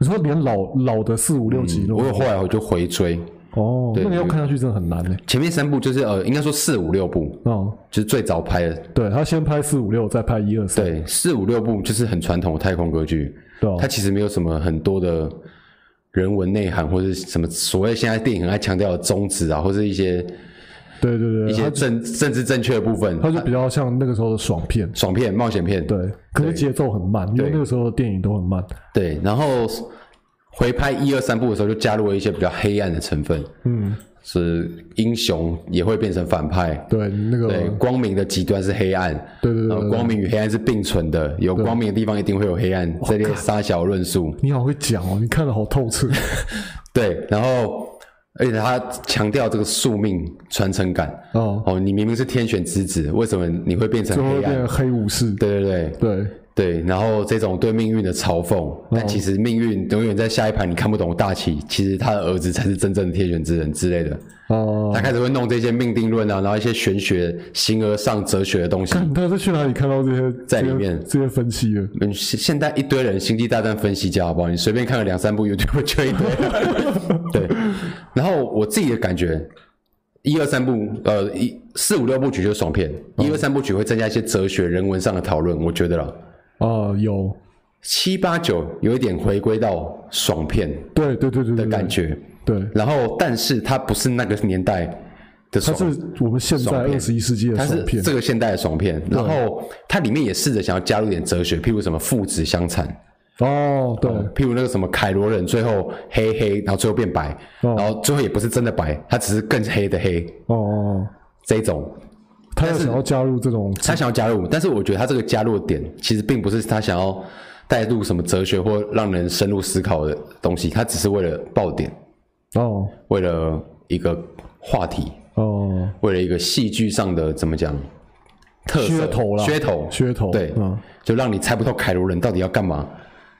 S2: 你说连老老的四五六集都、
S1: 我有后来我就回追
S2: 哦，那个要看下去真的很难呢、欸
S1: 前面三部，就是呃，应该说四五六部，
S2: 哦，
S1: 就是最早拍的。
S2: 对他先拍四五六，再拍一二三，
S1: 对，四五六部就是很传统的太空歌剧，
S2: 对吧、
S1: 它其实没有什么很多的人文内涵，或者什么所谓现在电影很爱强调的宗旨啊，或者一些
S2: 对对啊
S1: 一
S2: 对，
S1: 些
S2: 他
S1: 政政治正确的部分，
S2: 他就比较像那个时候的爽片，
S1: 爽片、冒险片。
S2: 对，可是节奏很慢，因为
S1: 对
S2: 那个时候的电影都很慢。
S1: 对，然后回拍一二三部的时候，就加入了一些比较黑暗的成分，
S2: 嗯，
S1: 是英雄也会变成反派，
S2: 对，那个
S1: 对，光明的极端是黑暗，
S2: 对对对
S1: 然
S2: 对
S1: 后光明与黑暗是并存的，有光明的地方一定会有黑暗，这类沙小论述。
S2: 你好会讲哦，你看的好 透彻。
S1: 对，然后而且他强调这个宿命传承感。
S2: 哦，
S1: 哦，你明明是天选之子，为什么你会变成
S2: 最后
S1: 黑
S2: 变
S1: 暗？
S2: 成黑武士。
S1: 对对对
S2: 对，
S1: 对，然后这种对命运的嘲讽，但其实命运永远在下一盘你看不懂的大棋，其实他的儿子才是真正的天选之人之类的。
S2: 哦，
S1: 他开始会弄这些命定论啊，然后一些玄学、形而上哲学的东西。
S2: 看他是去哪里看到这些
S1: 在里
S2: 这些
S1: 面
S2: 这些分析的？
S1: 嗯，现现在一堆人《星际大战》分析家，好不好？你随便看个两三部 YouTube 就一堆。对，然后我自己的感觉，一二三部，呃，一四五六部曲就是爽片，一二三部曲会增加一些哲学、人文上的讨论，我觉得啦。
S2: 哦，有，
S1: 七八九有一点回归到爽片
S2: 对对对对
S1: 的
S2: 对，
S1: 感
S2: 觉，
S1: 觉，
S2: 对，
S1: 然后但是它不是那个年代的
S2: 他
S1: 爽，
S2: 是我们现在
S1: 爽片
S2: 二十一世纪的
S1: 它
S2: 爽
S1: 是
S2: 片。
S1: 这个现代的爽片，然后它里面也试着想要加入一点哲学，譬如什么父子相残。
S2: 哦，对，
S1: 譬如那个什么凯罗人，最后黑黑，然后最后变白，
S2: 哦
S1: 然后最后也不是真的白，他只是更黑的黑
S2: 哦哦，
S1: 这一种，
S2: 他要想要加入这种，
S1: 他想要加入，但是我觉得他这个加入的点其实并不是他想要带入什么哲学或让人深入思考的东西，他只是为了爆点，
S2: 哦
S1: 为了一个话题，
S2: 哦，
S1: 为了一个戏剧上的怎么讲特色
S2: 噱头啦，
S1: 噱头，
S2: 噱头，
S1: 对，
S2: 嗯，
S1: 就让你猜不透凯罗人到底要干嘛。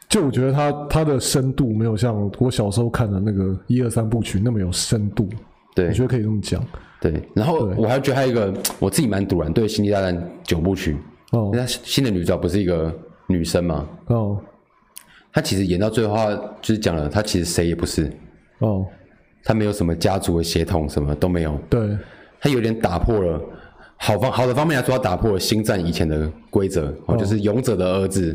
S2: 就我觉得他他的深度没有像我小时候看的那个一二三部曲那么有深度，
S1: 对
S2: 我觉得可以这么讲。
S1: 对，然后
S2: 对
S1: 我还觉得还有一个我自己蛮突然对《星际大战》九部曲，
S2: 哦
S1: 那新的女主角不是一个女生嘛？
S2: 哦
S1: 她其实演到最后，她就是讲了，她其实谁也不是，
S2: 哦，
S1: 她没有什么家族的血统，什么都没有。
S2: 对，
S1: 她有点打破了，好方好的方面来说，她打破了星战以前的规则，哦，就是勇者的儿子，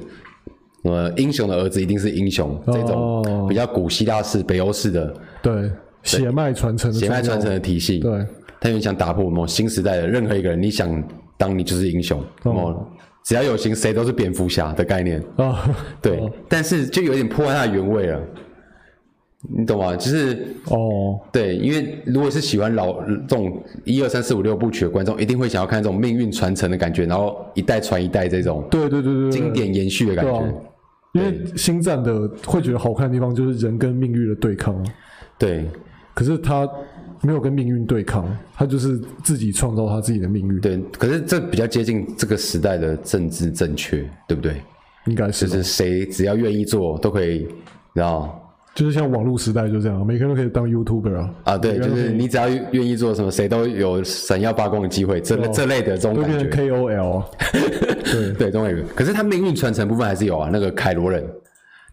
S1: 呃，英雄的儿子一定是英雄，这种比较古希腊式、北欧式的
S2: 对，血脉传承的
S1: 血脉
S2: 重要
S1: 传承的体系。
S2: 对，
S1: 他有点想打破我们新时代的任何一个人，你想当你就是英雄，哦，只要有心，谁都是蝙蝠侠的概念。
S2: 啊，
S1: 对，但是就有点破坏它的原味了，你懂吗？就是
S2: 哦，
S1: 对，因为如果是喜欢老这种一二三四五六部曲的观众，一定会想要看这种命运传承的感觉，然后一代传一代这种
S2: 对对对对，对
S1: 经，典延续的感
S2: 对
S1: 觉。
S2: 啊，因为星战的会觉得好看的地方就是人跟命运的对抗啊，
S1: 对
S2: 可是他没有跟命运对抗，他就是自己创造他自己的命运，
S1: 对，可是这比较接近这个时代的政治正确，对不对？
S2: 应该
S1: 就是
S2: 吧
S1: 是谁只要愿意做，都可以然后
S2: 就是像网络时代就这样，每个人都可以当 YouTuber 啊，
S1: 啊，对，
S2: 每个
S1: 就
S2: 人
S1: 是你只要愿意做什么，谁都有闪耀发光的机会，这、
S2: 哦
S1: 这类的这种
S2: 都
S1: 感
S2: 变成
S1: 觉。
S2: KOL 啊。对，
S1: 对，东伟，可是他命运传承部分还是有啊，那个凯罗人，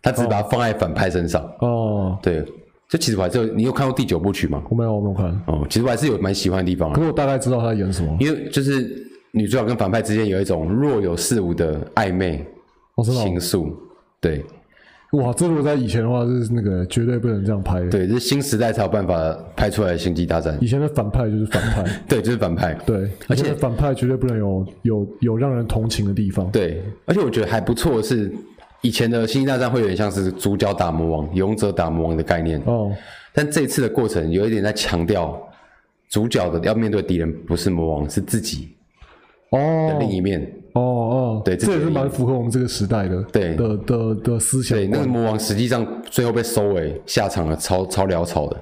S1: 他只是把它放在反派身上。
S2: 哦，
S1: 对，这其实我还是有你有看过第九部曲吗？
S2: 我没有，我没有看，
S1: 哦，其实我还是有蛮喜欢的地方、
S2: 可
S1: 啊，
S2: 是我大概知道他在演什么。
S1: 因为就是女主角跟反派之间有一种若有似无的暧昧
S2: 我知道，
S1: 情愫。对
S2: 哦哇，这如果在以前的话，是那个绝对不能这样拍的。
S1: 对，就是新时代才有办法拍出来的星际大战。
S2: 以前的反派就是反派，
S1: 对，就是反派。
S2: 对，
S1: 而且
S2: 以前的反派绝对不能有有有让人同情的地方。
S1: 对，而且我觉得还不错的是，以前的星际大战会有点像是主角打魔王、勇者打魔王的概念，
S2: 哦，
S1: 但这次的过程有一点在强调主角的要面对敌人不是魔王，是自己的
S2: 哦
S1: 另，一面。
S2: 哦哦，
S1: 对这
S2: 这也
S1: 个
S2: 是
S1: 原因
S2: 蛮符合我们这个时代的，
S1: 对
S2: 的的的思想
S1: 对，那
S2: 观。
S1: 个魔王实际上最后被收为下场了，超超潦草的，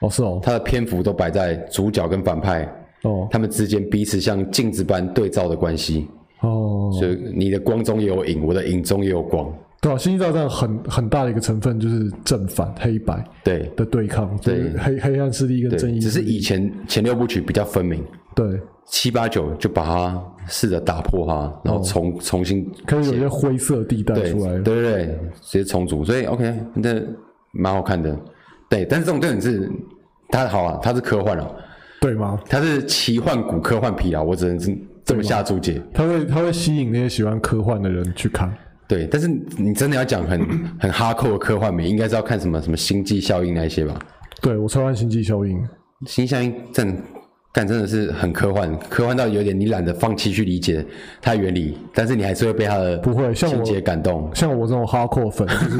S2: 哦，是哦，
S1: 他的篇幅都摆在主角跟反派
S2: 哦
S1: 他们之间彼此像镜子般对照的关系，
S2: 哦，
S1: 所以你的光中也有影，我的影中也有光。
S2: 对啊，星际大战很很大的一个成分就是正反黑白
S1: 对，
S2: 的对抗，就是
S1: 对
S2: 黑黑暗势力跟正
S1: 对，
S2: 义
S1: 只
S2: 势
S1: 是
S2: 力。
S1: 以前前六部曲比较分明，
S2: 对，
S1: 七八九就把它试着打破它，然后重、重新
S2: 开始有一些灰色地带
S1: 对
S2: 哦出来
S1: 对
S2: 了。
S1: 对对，直接重组，所以 OK，那蛮好看的。对，但是这种电影是它好啊，它是科幻啊，
S2: 对吗？
S1: 它是奇幻古科幻皮啊，我只能这这么下注解。
S2: 它会它会吸引那些喜欢科幻的人去看。
S1: 对，但是你真的要讲很很哈扣的科幻迷，应该是要看什么什么星际效应那一些吧？
S2: 对我超看《星际效应》，
S1: 星际效应真的干真的是很科幻，科幻到有点你懒得放弃去理解它的原理，但是你还是会被它的
S2: 不会像我
S1: 情节感动。
S2: 像我这种哈扣粉，就是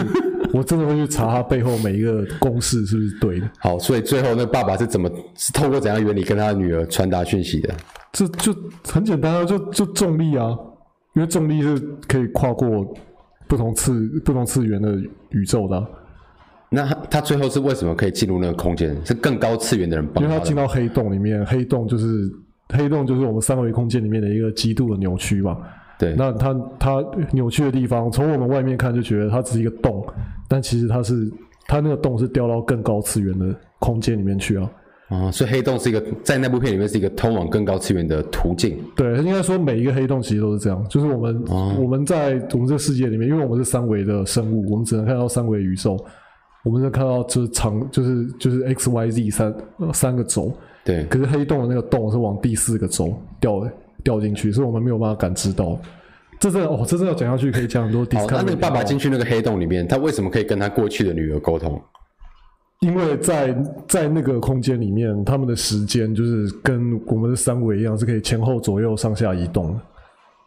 S2: 我真的会去查它背后每一个公式是不是对的。
S1: 好，所以最后那爸爸是怎么是透过怎样的原理跟他的女儿传达讯息的？
S2: 这就很简单啊，就就重力啊，因为重力是可以跨过不同次不同次元的宇宙的啊、
S1: 那他他最后是为什么可以进入那个空间？是更高次元的人帮
S2: 因为
S1: 他
S2: 它
S1: 的
S2: 进
S1: 吗？
S2: 到黑洞里面，黑洞就是黑洞就是我们三维空间里面的一个极度的扭曲嘛。
S1: 对，
S2: 那它它扭曲的地方，从我们外面看就觉得它只是一个洞，但其实它是它那个洞是掉到更高次元的空间里面去啊。
S1: 哦，所以黑洞是一个在那部片里面是一个通往更高次元的途径。
S2: 对，应该说每一个黑洞其实都是这样，就是我们、
S1: 哦
S2: 我们在我们这个世界里面，因为我们是三维的生物，我们只能看到三维宇宙，我们能看到就是长就是就是 x y z 三呃三个轴，
S1: 对，
S2: 可是黑洞的那个洞是往第四个轴掉的掉进去，所以我们没有办法感知到。这真的哦，这真的讲下去可以讲很多 d i
S1: 好
S2: s，c
S1: 哦那
S2: o
S1: 那
S2: v
S1: 个爸爸进去那个黑洞里面，他为什么可以跟他过去的女儿沟通？
S2: 因为在在那个空间里面，他们的时间就是跟我们的三维一样，是可以前后左右上下移动的。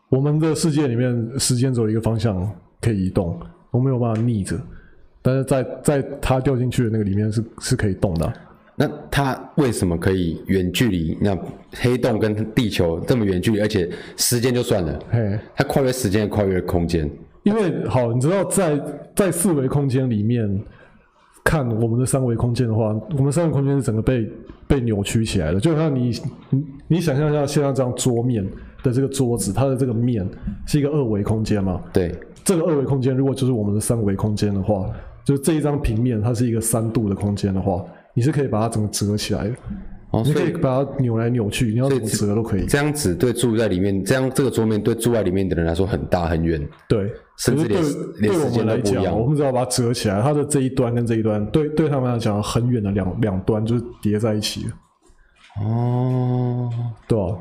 S2: 我们的世界里面，时间只有一个方向可以移动，我们没有办法逆着。但是在在他掉进去的那个里面是是可以动的啊、
S1: 那他为什么可以远距离？那黑洞跟地球这么远距离，而且时间就算了，
S2: 嘿，
S1: 他跨越时间，跨越空间。
S2: 因为好，你知道在在四维空间里面看我们的三维空间的话，我们三维空间是整个被被扭曲起来的。就像你你你想象一下，现在这张桌面的这个桌子，它的这个面是一个二维空间嘛？
S1: 对，
S2: 这个二维空间如果就是我们的三维空间的话，就是这一张平面它是一个三度的空间的话，你是可以把它整个折起来的。
S1: 哦，
S2: 你
S1: 所
S2: 可以
S1: 以
S2: 把它扭来扭去，你要怎么折都可以。
S1: 这样子对住在里面，这样这个桌面对住在里面的人来说很大很远。
S2: 对，
S1: 甚
S2: 可
S1: 至
S2: 是
S1: 连
S2: 对
S1: 连
S2: 对
S1: 时
S2: 我
S1: 间
S2: 们
S1: 都
S2: 来
S1: 不一
S2: 讲，
S1: 样
S2: 我们只要把它折起来，它的这一端跟这一端，对对他们来讲很远的两两端就是叠在一起的，
S1: 哦，
S2: 对吧、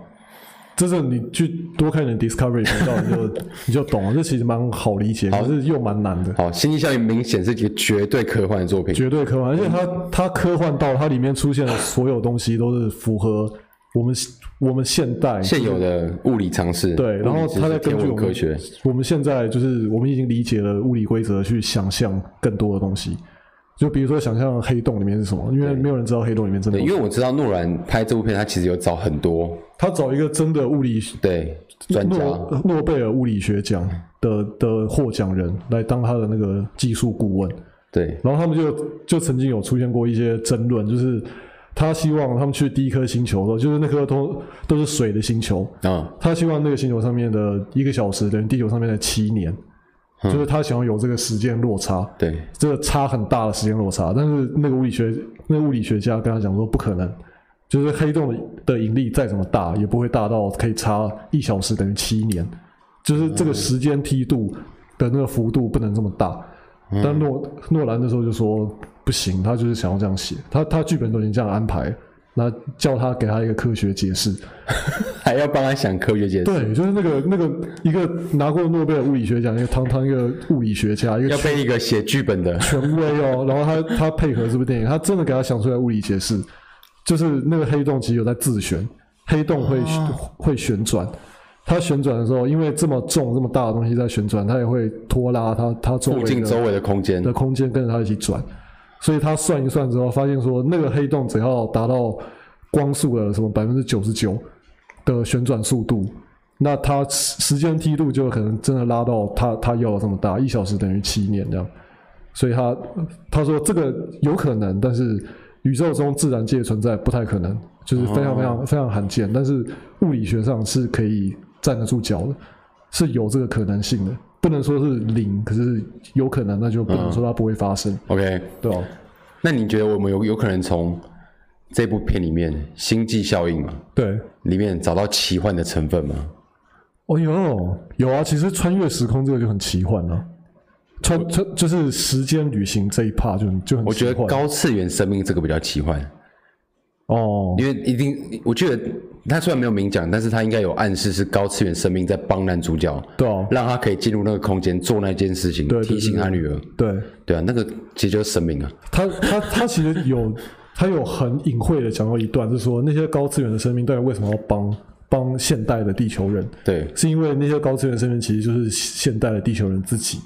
S2: 这是你去多看点 Discovery 频道，你就你就懂了。这其实蛮好理解，可是又蛮难的，
S1: 好，《星际效应》明显是一个绝对科幻的作品。
S2: 绝对科幻。而且它它科幻到它里面出现的所有东西都是符合我们我们现代
S1: 现有的物理常识，
S2: 对，然后他
S1: 在
S2: 再根据我
S1: 科
S2: 们
S1: 学，
S2: 我们现在就是我们已经理解了物理规则，去想象更多的东西。就比如说，想象黑洞里面是什么，因为没有人知道黑洞里面真的
S1: 对，
S2: 有
S1: 因。为我知道诺兰拍这部片，他其实有找很多
S2: 他找一个真的物理
S1: 对专家，
S2: 诺诺贝尔物理学奖的的获奖人来当他的那个技术顾问，
S1: 对
S2: 然后他们就就曾经有出现过一些争论，就是他希望他们去第一颗星球的时候，就是那颗都都是水的星球，
S1: 啊
S2: 他希望那个星球上面的一个小时等于地球上面的七年。就是他想要有这个时间落差，
S1: 对，
S2: 这个差很大的时间落差。但是那个物理学那个物理学家跟他讲说不可能，就是黑洞的引力再怎么大，也不会大到可以差一小时等于七年，就是这个时间梯度的那个幅度不能这么大。但诺诺兰那时候就说不行，他就是想要这样写，他他剧本都已经这样安排，那叫他给他一个科学解释。
S1: 还要帮他想科学解释，
S2: 对，就是那个那个一个拿过诺贝尔物理学奖，一个堂堂一个物理学家，一个
S1: 要被一个写剧本的，
S2: 权威哦。然后他他配合这部电影，他真的给他想出来物理解释，就是那个黑洞其实有在自旋，黑洞会、
S1: 啊
S2: 会旋转。它旋转的时候，因为这么重这么大的东西在旋转，它也会拖拉它它周围
S1: 附
S2: 的
S1: 近周围的空间
S2: 的空间跟着它一起转，所以他算一算之后，发现说那个黑洞只要达到光速的什么百分之九十九的旋转速度，那它时时间梯度就可能真的拉到它它要的这么大，一小时等于七年这样。所以他他说这个有可能，但是宇宙中自然界存在不太可能，就是非常非常非常罕见，但是物理学上是可以站得住脚的，是有这个可能性的，不能说是零，可是有可能，那就不能说它不会发生，
S1: OK，
S2: 对吧？
S1: 那你觉得我们有有可能从这部片里面《星际效应》嘛，
S2: 对，
S1: 里面找到奇幻的成分吗？
S2: 哦有有啊，其实穿越时空这个就很奇幻啊。穿穿就是时间旅行这一趴就很就很
S1: 我
S2: 奇
S1: 觉得
S2: 幻，
S1: 高次元生命这个比较奇幻，
S2: 哦，
S1: 因为一定，我觉得他虽然没有明讲，但是他应该有暗示是高次元生命在帮男主角，
S2: 对啊，
S1: 让他可以进入那个空间做那件事情，
S2: 对对
S1: 提醒他女儿。
S2: 对，
S1: 对啊，那个其实就是生命啊。
S2: 他他他其实有他有很隐晦的讲到一段，就是说那些高次元的生命到底为什么要帮帮现代的地球人？
S1: 对，
S2: 是因为那些高次元生命其实就是现代的地球人自己。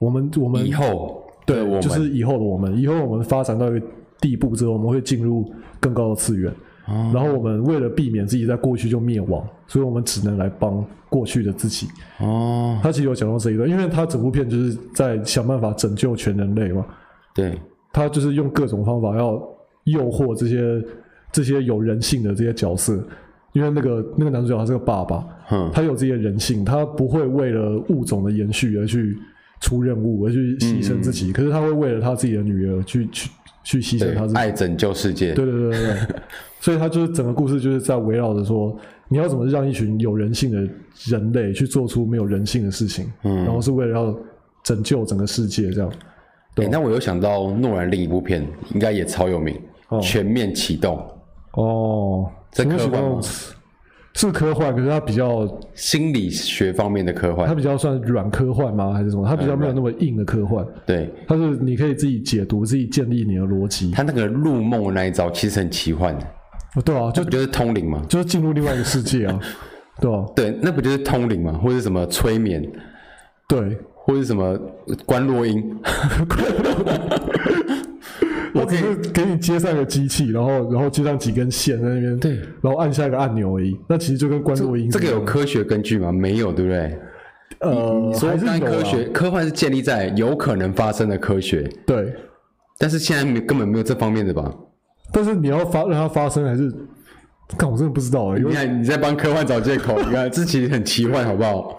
S2: 我们我们
S1: 以后
S2: 对，
S1: 我们、
S2: 就是以后的我们，以后我们发展到一个地步之后，我们会进入更高的次元。
S1: 哦
S2: 然后我们为了避免自己在过去就灭亡，所以我们只能来帮过去的自己。
S1: 哦，
S2: 他其实有讲到这一段，因为他整部片就是在想办法拯救全人类嘛。
S1: 对，
S2: 他就是用各种方法要诱惑这些这些有人性的这些角色，因为那个那个男主角他是个爸爸，
S1: 哼，
S2: 他有这些人性，他不会为了物种的延续而去出任务，而去牺牲自己，可是他会为了他自己的女儿去去去牺
S1: 嗯
S2: 牲
S1: 对
S2: 他自，己。
S1: 爱拯救世界。
S2: 对对对对 对，所以他就是整个故事就是在围绕着说，你要怎么让一群有人性的人类去做出没有人性的事情，
S1: 嗯
S2: 然后是为了要拯救整个世界这样。
S1: 对，那我有想到诺兰另一部片，应该也超有名，全面启动》
S2: 哦，
S1: 这
S2: 什么
S1: 科
S2: 情
S1: 幻
S2: 况
S1: 吗
S2: 是科幻，可是它比较，
S1: 心理学方面的科
S2: 它
S1: 幻。
S2: 比较算软科幻吗？还是什么？它比较没有那么硬的科幻，
S1: 对
S2: 它是你可以自己解读、自己建立你的逻辑。
S1: 他那个入梦的那一招其实很奇幻，
S2: 哦对啊，就
S1: 不就是通灵吗？
S2: 就是进入另外一个世界啊， 对吧、
S1: 对，那不就是通灵吗？或者什么催眠，
S2: 对，
S1: 或者什么关落音？
S2: 我只是给你接上个机器，然后然后接上几根线在那边，
S1: 对，
S2: 然后按下一个按钮而已。那其实就跟关录 音
S1: 这个
S2: 一样
S1: 有科学根据吗？没有，对不对？
S2: 呃，
S1: 所
S2: 还
S1: 以
S2: 是
S1: 当然
S2: 有
S1: 科
S2: 啊
S1: 学科幻是建立在有可能发生的科学，
S2: 对，
S1: 但是现在没根本没有这方面的吧？
S2: 但是你要发让它发生还是，看我真的不知道哎、有
S1: 你看你在帮科幻找借口，你看这其实很奇幻，好不好？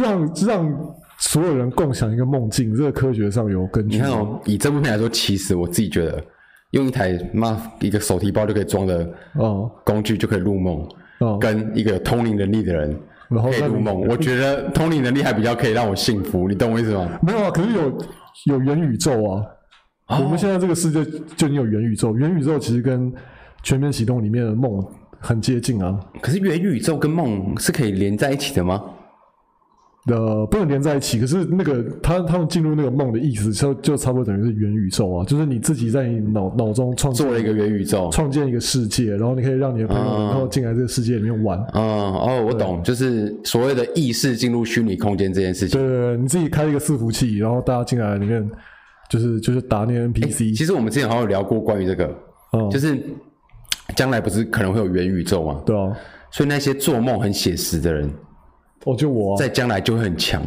S2: 让让所有人共享一个梦境，这个科学上有根 据。
S1: 你看哦，以这部片来说，其实我自己觉得，用一台妈一个手提包就可以装的
S2: 哦
S1: 工具就可以入梦，
S2: 哦，
S1: 跟一个有通灵能力的人
S2: 然后
S1: 可以
S2: 那
S1: 入
S2: 你
S1: 梦，我觉得通灵能力还比较可以让我幸福，你懂我意思吗？
S2: 没有啊，可是有有元宇宙啊。
S1: 哦
S2: 我们现在这个世界就已经有元宇宙，元宇宙其实跟《全面启动》里面的梦很接近啊，
S1: 可是元宇宙跟梦是可以连在一起的吗？
S2: 呃，不能连在一起。可是那个他他们进入那个梦的意思，就就差不多等于是元宇宙啊，就是你自己在你脑脑中创
S1: 做了一个元宇宙，
S2: 创建一个世界，然后你可以让你的朋友然后进来这个世界里面玩。
S1: 嗯，哦，我懂，就是所谓的意识进入虚拟空间这件事情。
S2: 对对对，你自己开一个伺服器，然后大家进来里面就是就是打那些 NPC，、
S1: 哎其实我们之前好像有聊过关于这个，
S2: 嗯
S1: 就是将来不是可能会有元宇宙嘛，
S2: 对啊，
S1: 所以那些做梦很写实的人，
S2: 哦，就我、啊，
S1: 在将来就会很强，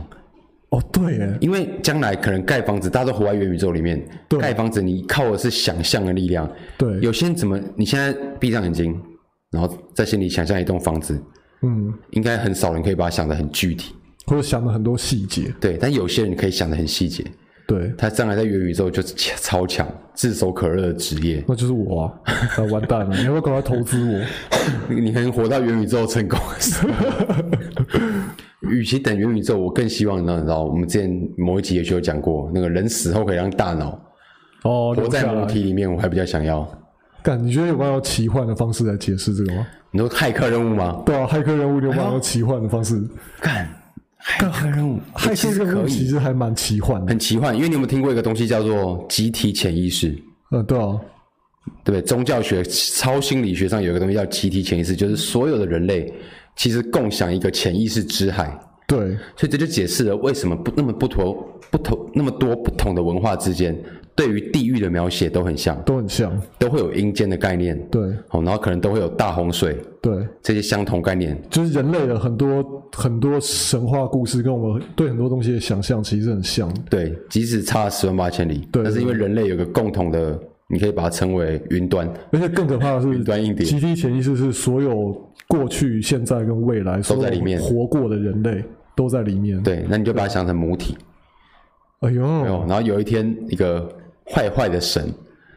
S2: 哦对耶，
S1: 因为将来可能盖房子，大家都活在元宇宙里面，
S2: 对
S1: 盖房子你靠的是想象的力量。
S2: 对，
S1: 有些人怎么，你现在闭上眼睛，然后在心里想象一栋房子，
S2: 嗯，
S1: 应该很少人可以把它想得很具体。
S2: 或者想了很多细节。
S1: 对，但有些人可以想的很细节，
S2: 对，
S1: 他将来在元宇宙就是超强、炙手可热的职业。
S2: 那就是我 啊，啊完蛋了！你要不要赶快投资我？
S1: 你能活到元宇宙成功的时候， 与其等元宇宙，我更希望你知道，你知道，我们之前某一集也许有讲过，那个人死后可以让大脑
S2: 哦，
S1: 活
S2: 留
S1: 在
S2: 下
S1: 母
S2: 来。
S1: 体里面，我还比较想要。
S2: 干，你觉得有办法用奇幻的方式来解释这个吗？
S1: 你说骇客任务吗？
S2: 对啊，骇客任务有办法用奇幻的方式，
S1: 干，骇客任务，
S2: 骇
S1: 其
S2: 客
S1: 实
S2: 任务
S1: 可
S2: 其
S1: 以，
S2: 实还蛮奇幻的。
S1: 很奇幻。因为你有没有听过一个东西叫做集体潜意识？
S2: 嗯，对啊，
S1: 对不对？宗教学、超心理学上有一个东西叫集体潜意识，就是所有的人类其实共享一个潜意识之海。
S2: 对，
S1: 所以这就解释了为什么不那么不同、不同那么多不同的文化之间，对于地狱的描写都很像，
S2: 都很像。
S1: 都会有阴间的概念，
S2: 对
S1: 好，然后可能都会有大洪水
S2: 对，
S1: 这些相同概念。
S2: 就是人类的很多很多神话故事跟我们对很多东西的想象其实很像的。
S1: 对，即使差十万八千里，
S2: 对
S1: 但是因为人类有个共同的，你可以把它称为云端，
S2: 而且更可怕的
S1: 云
S2: 是，
S1: 端硬碟。
S2: 集体潜意识是所有过去、现在跟未来所有
S1: 在里面
S2: 活过的人类都在里面。，
S1: 对，那你就把它想成母体，
S2: 哎呦，
S1: 哦，然后有一天一个坏坏的神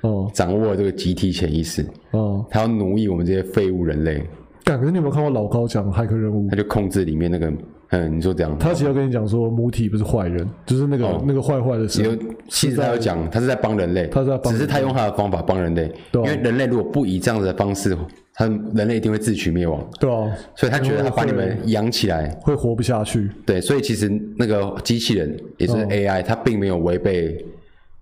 S2: 哦
S1: 掌握了这个集体潜意识，
S2: 哦，
S1: 他要奴役我们这些废物人类，
S2: 感觉你有没有看过老高讲骇客任务
S1: 他？就控制里面那个，嗯，你说这样，
S2: 他其实要跟你讲说，母体不是坏人，就是那个、那个坏坏的
S1: 哦有
S2: 神。
S1: 其实他有讲，他是在帮人类，
S2: 嗯他是在帮
S1: 只是
S2: 人
S1: 他用他的方法帮人类，
S2: 对
S1: 因
S2: 啊
S1: 为人类如果不以这样子的方式，他人类一定会自取灭亡，
S2: 对啊，
S1: 所以他觉得他把你
S2: 因为
S1: 们养起来，
S2: 嗯会活不下去，
S1: 对，所以其实那个机器人也就是 AI，它并没有违背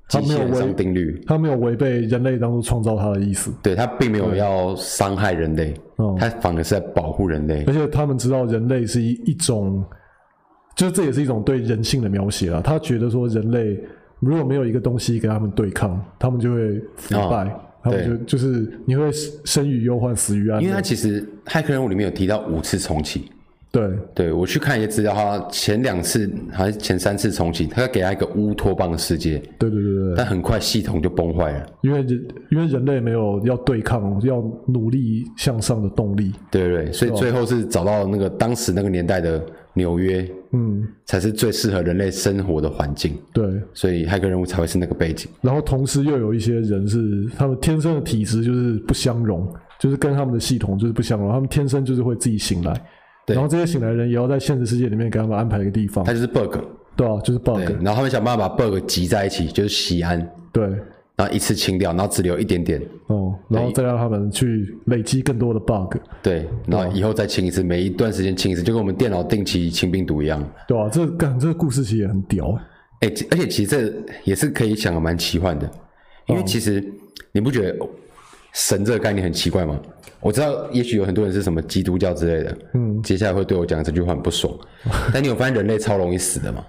S1: 机
S2: 嗯它
S1: 器
S2: 没有
S1: 人上
S2: 违
S1: 定律，
S2: 他没有违背人类当初创造他的意思，
S1: 对，它并没有要伤害人类
S2: 哦，
S1: 它反而是在保护人类
S2: 而，且他们知道人类是一一种，就是这也是一种对人性的描写啊。他觉得说人类如果没有一个东西跟他们对抗，他们就会腐败，他们就就是你会生于忧患，死于安
S1: 因为它
S2: 乐。
S1: 其实《骇客任务》里面有提到五次重启。
S2: 对，
S1: 对我去看一些资料，它前两次还是前三次重启，它给他一个乌托邦的世界，
S2: 对对对对，
S1: 但很快系统就崩坏了。
S2: 因为人因为人类没有要对抗、要努力向上的动力。
S1: 对对对，所以最后是找到那个当时那个年代的纽约，
S2: 嗯，
S1: 才是最适合人类生活的环境，
S2: 对。
S1: 所以骇客任务才会是那个背景。
S2: 然后同时又有一些人是他们天生的体质就是不相容，就是跟他们的系统就是不相容，他们天生就是会自己醒来。
S1: 对
S2: 然后这些醒来的人也要在现实世界里面给他们安排一个地方
S1: 它，就是 bug，
S2: 对啊，就是 bug，
S1: 对，然后他们想办法把 bug 集在一起，就是西安，
S2: 对，
S1: 然后一次清掉，然后只留一点点，
S2: 哦，然后再让他们去累积更多的 bug，
S1: 对，然后以后再清一次，每一段时间清一次，就跟我们电脑定期清病毒一样。
S2: 对啊，这干这个故事其实也很屌，
S1: 哎、其而且其实这也是可以想的蛮奇幻的，因为其实你不觉得神这个概念很奇怪吗？我知道，也许有很多人是什么基督教之类的，嗯，接下来会对我讲这句话很不爽。但你有发现人类超容易死的吗？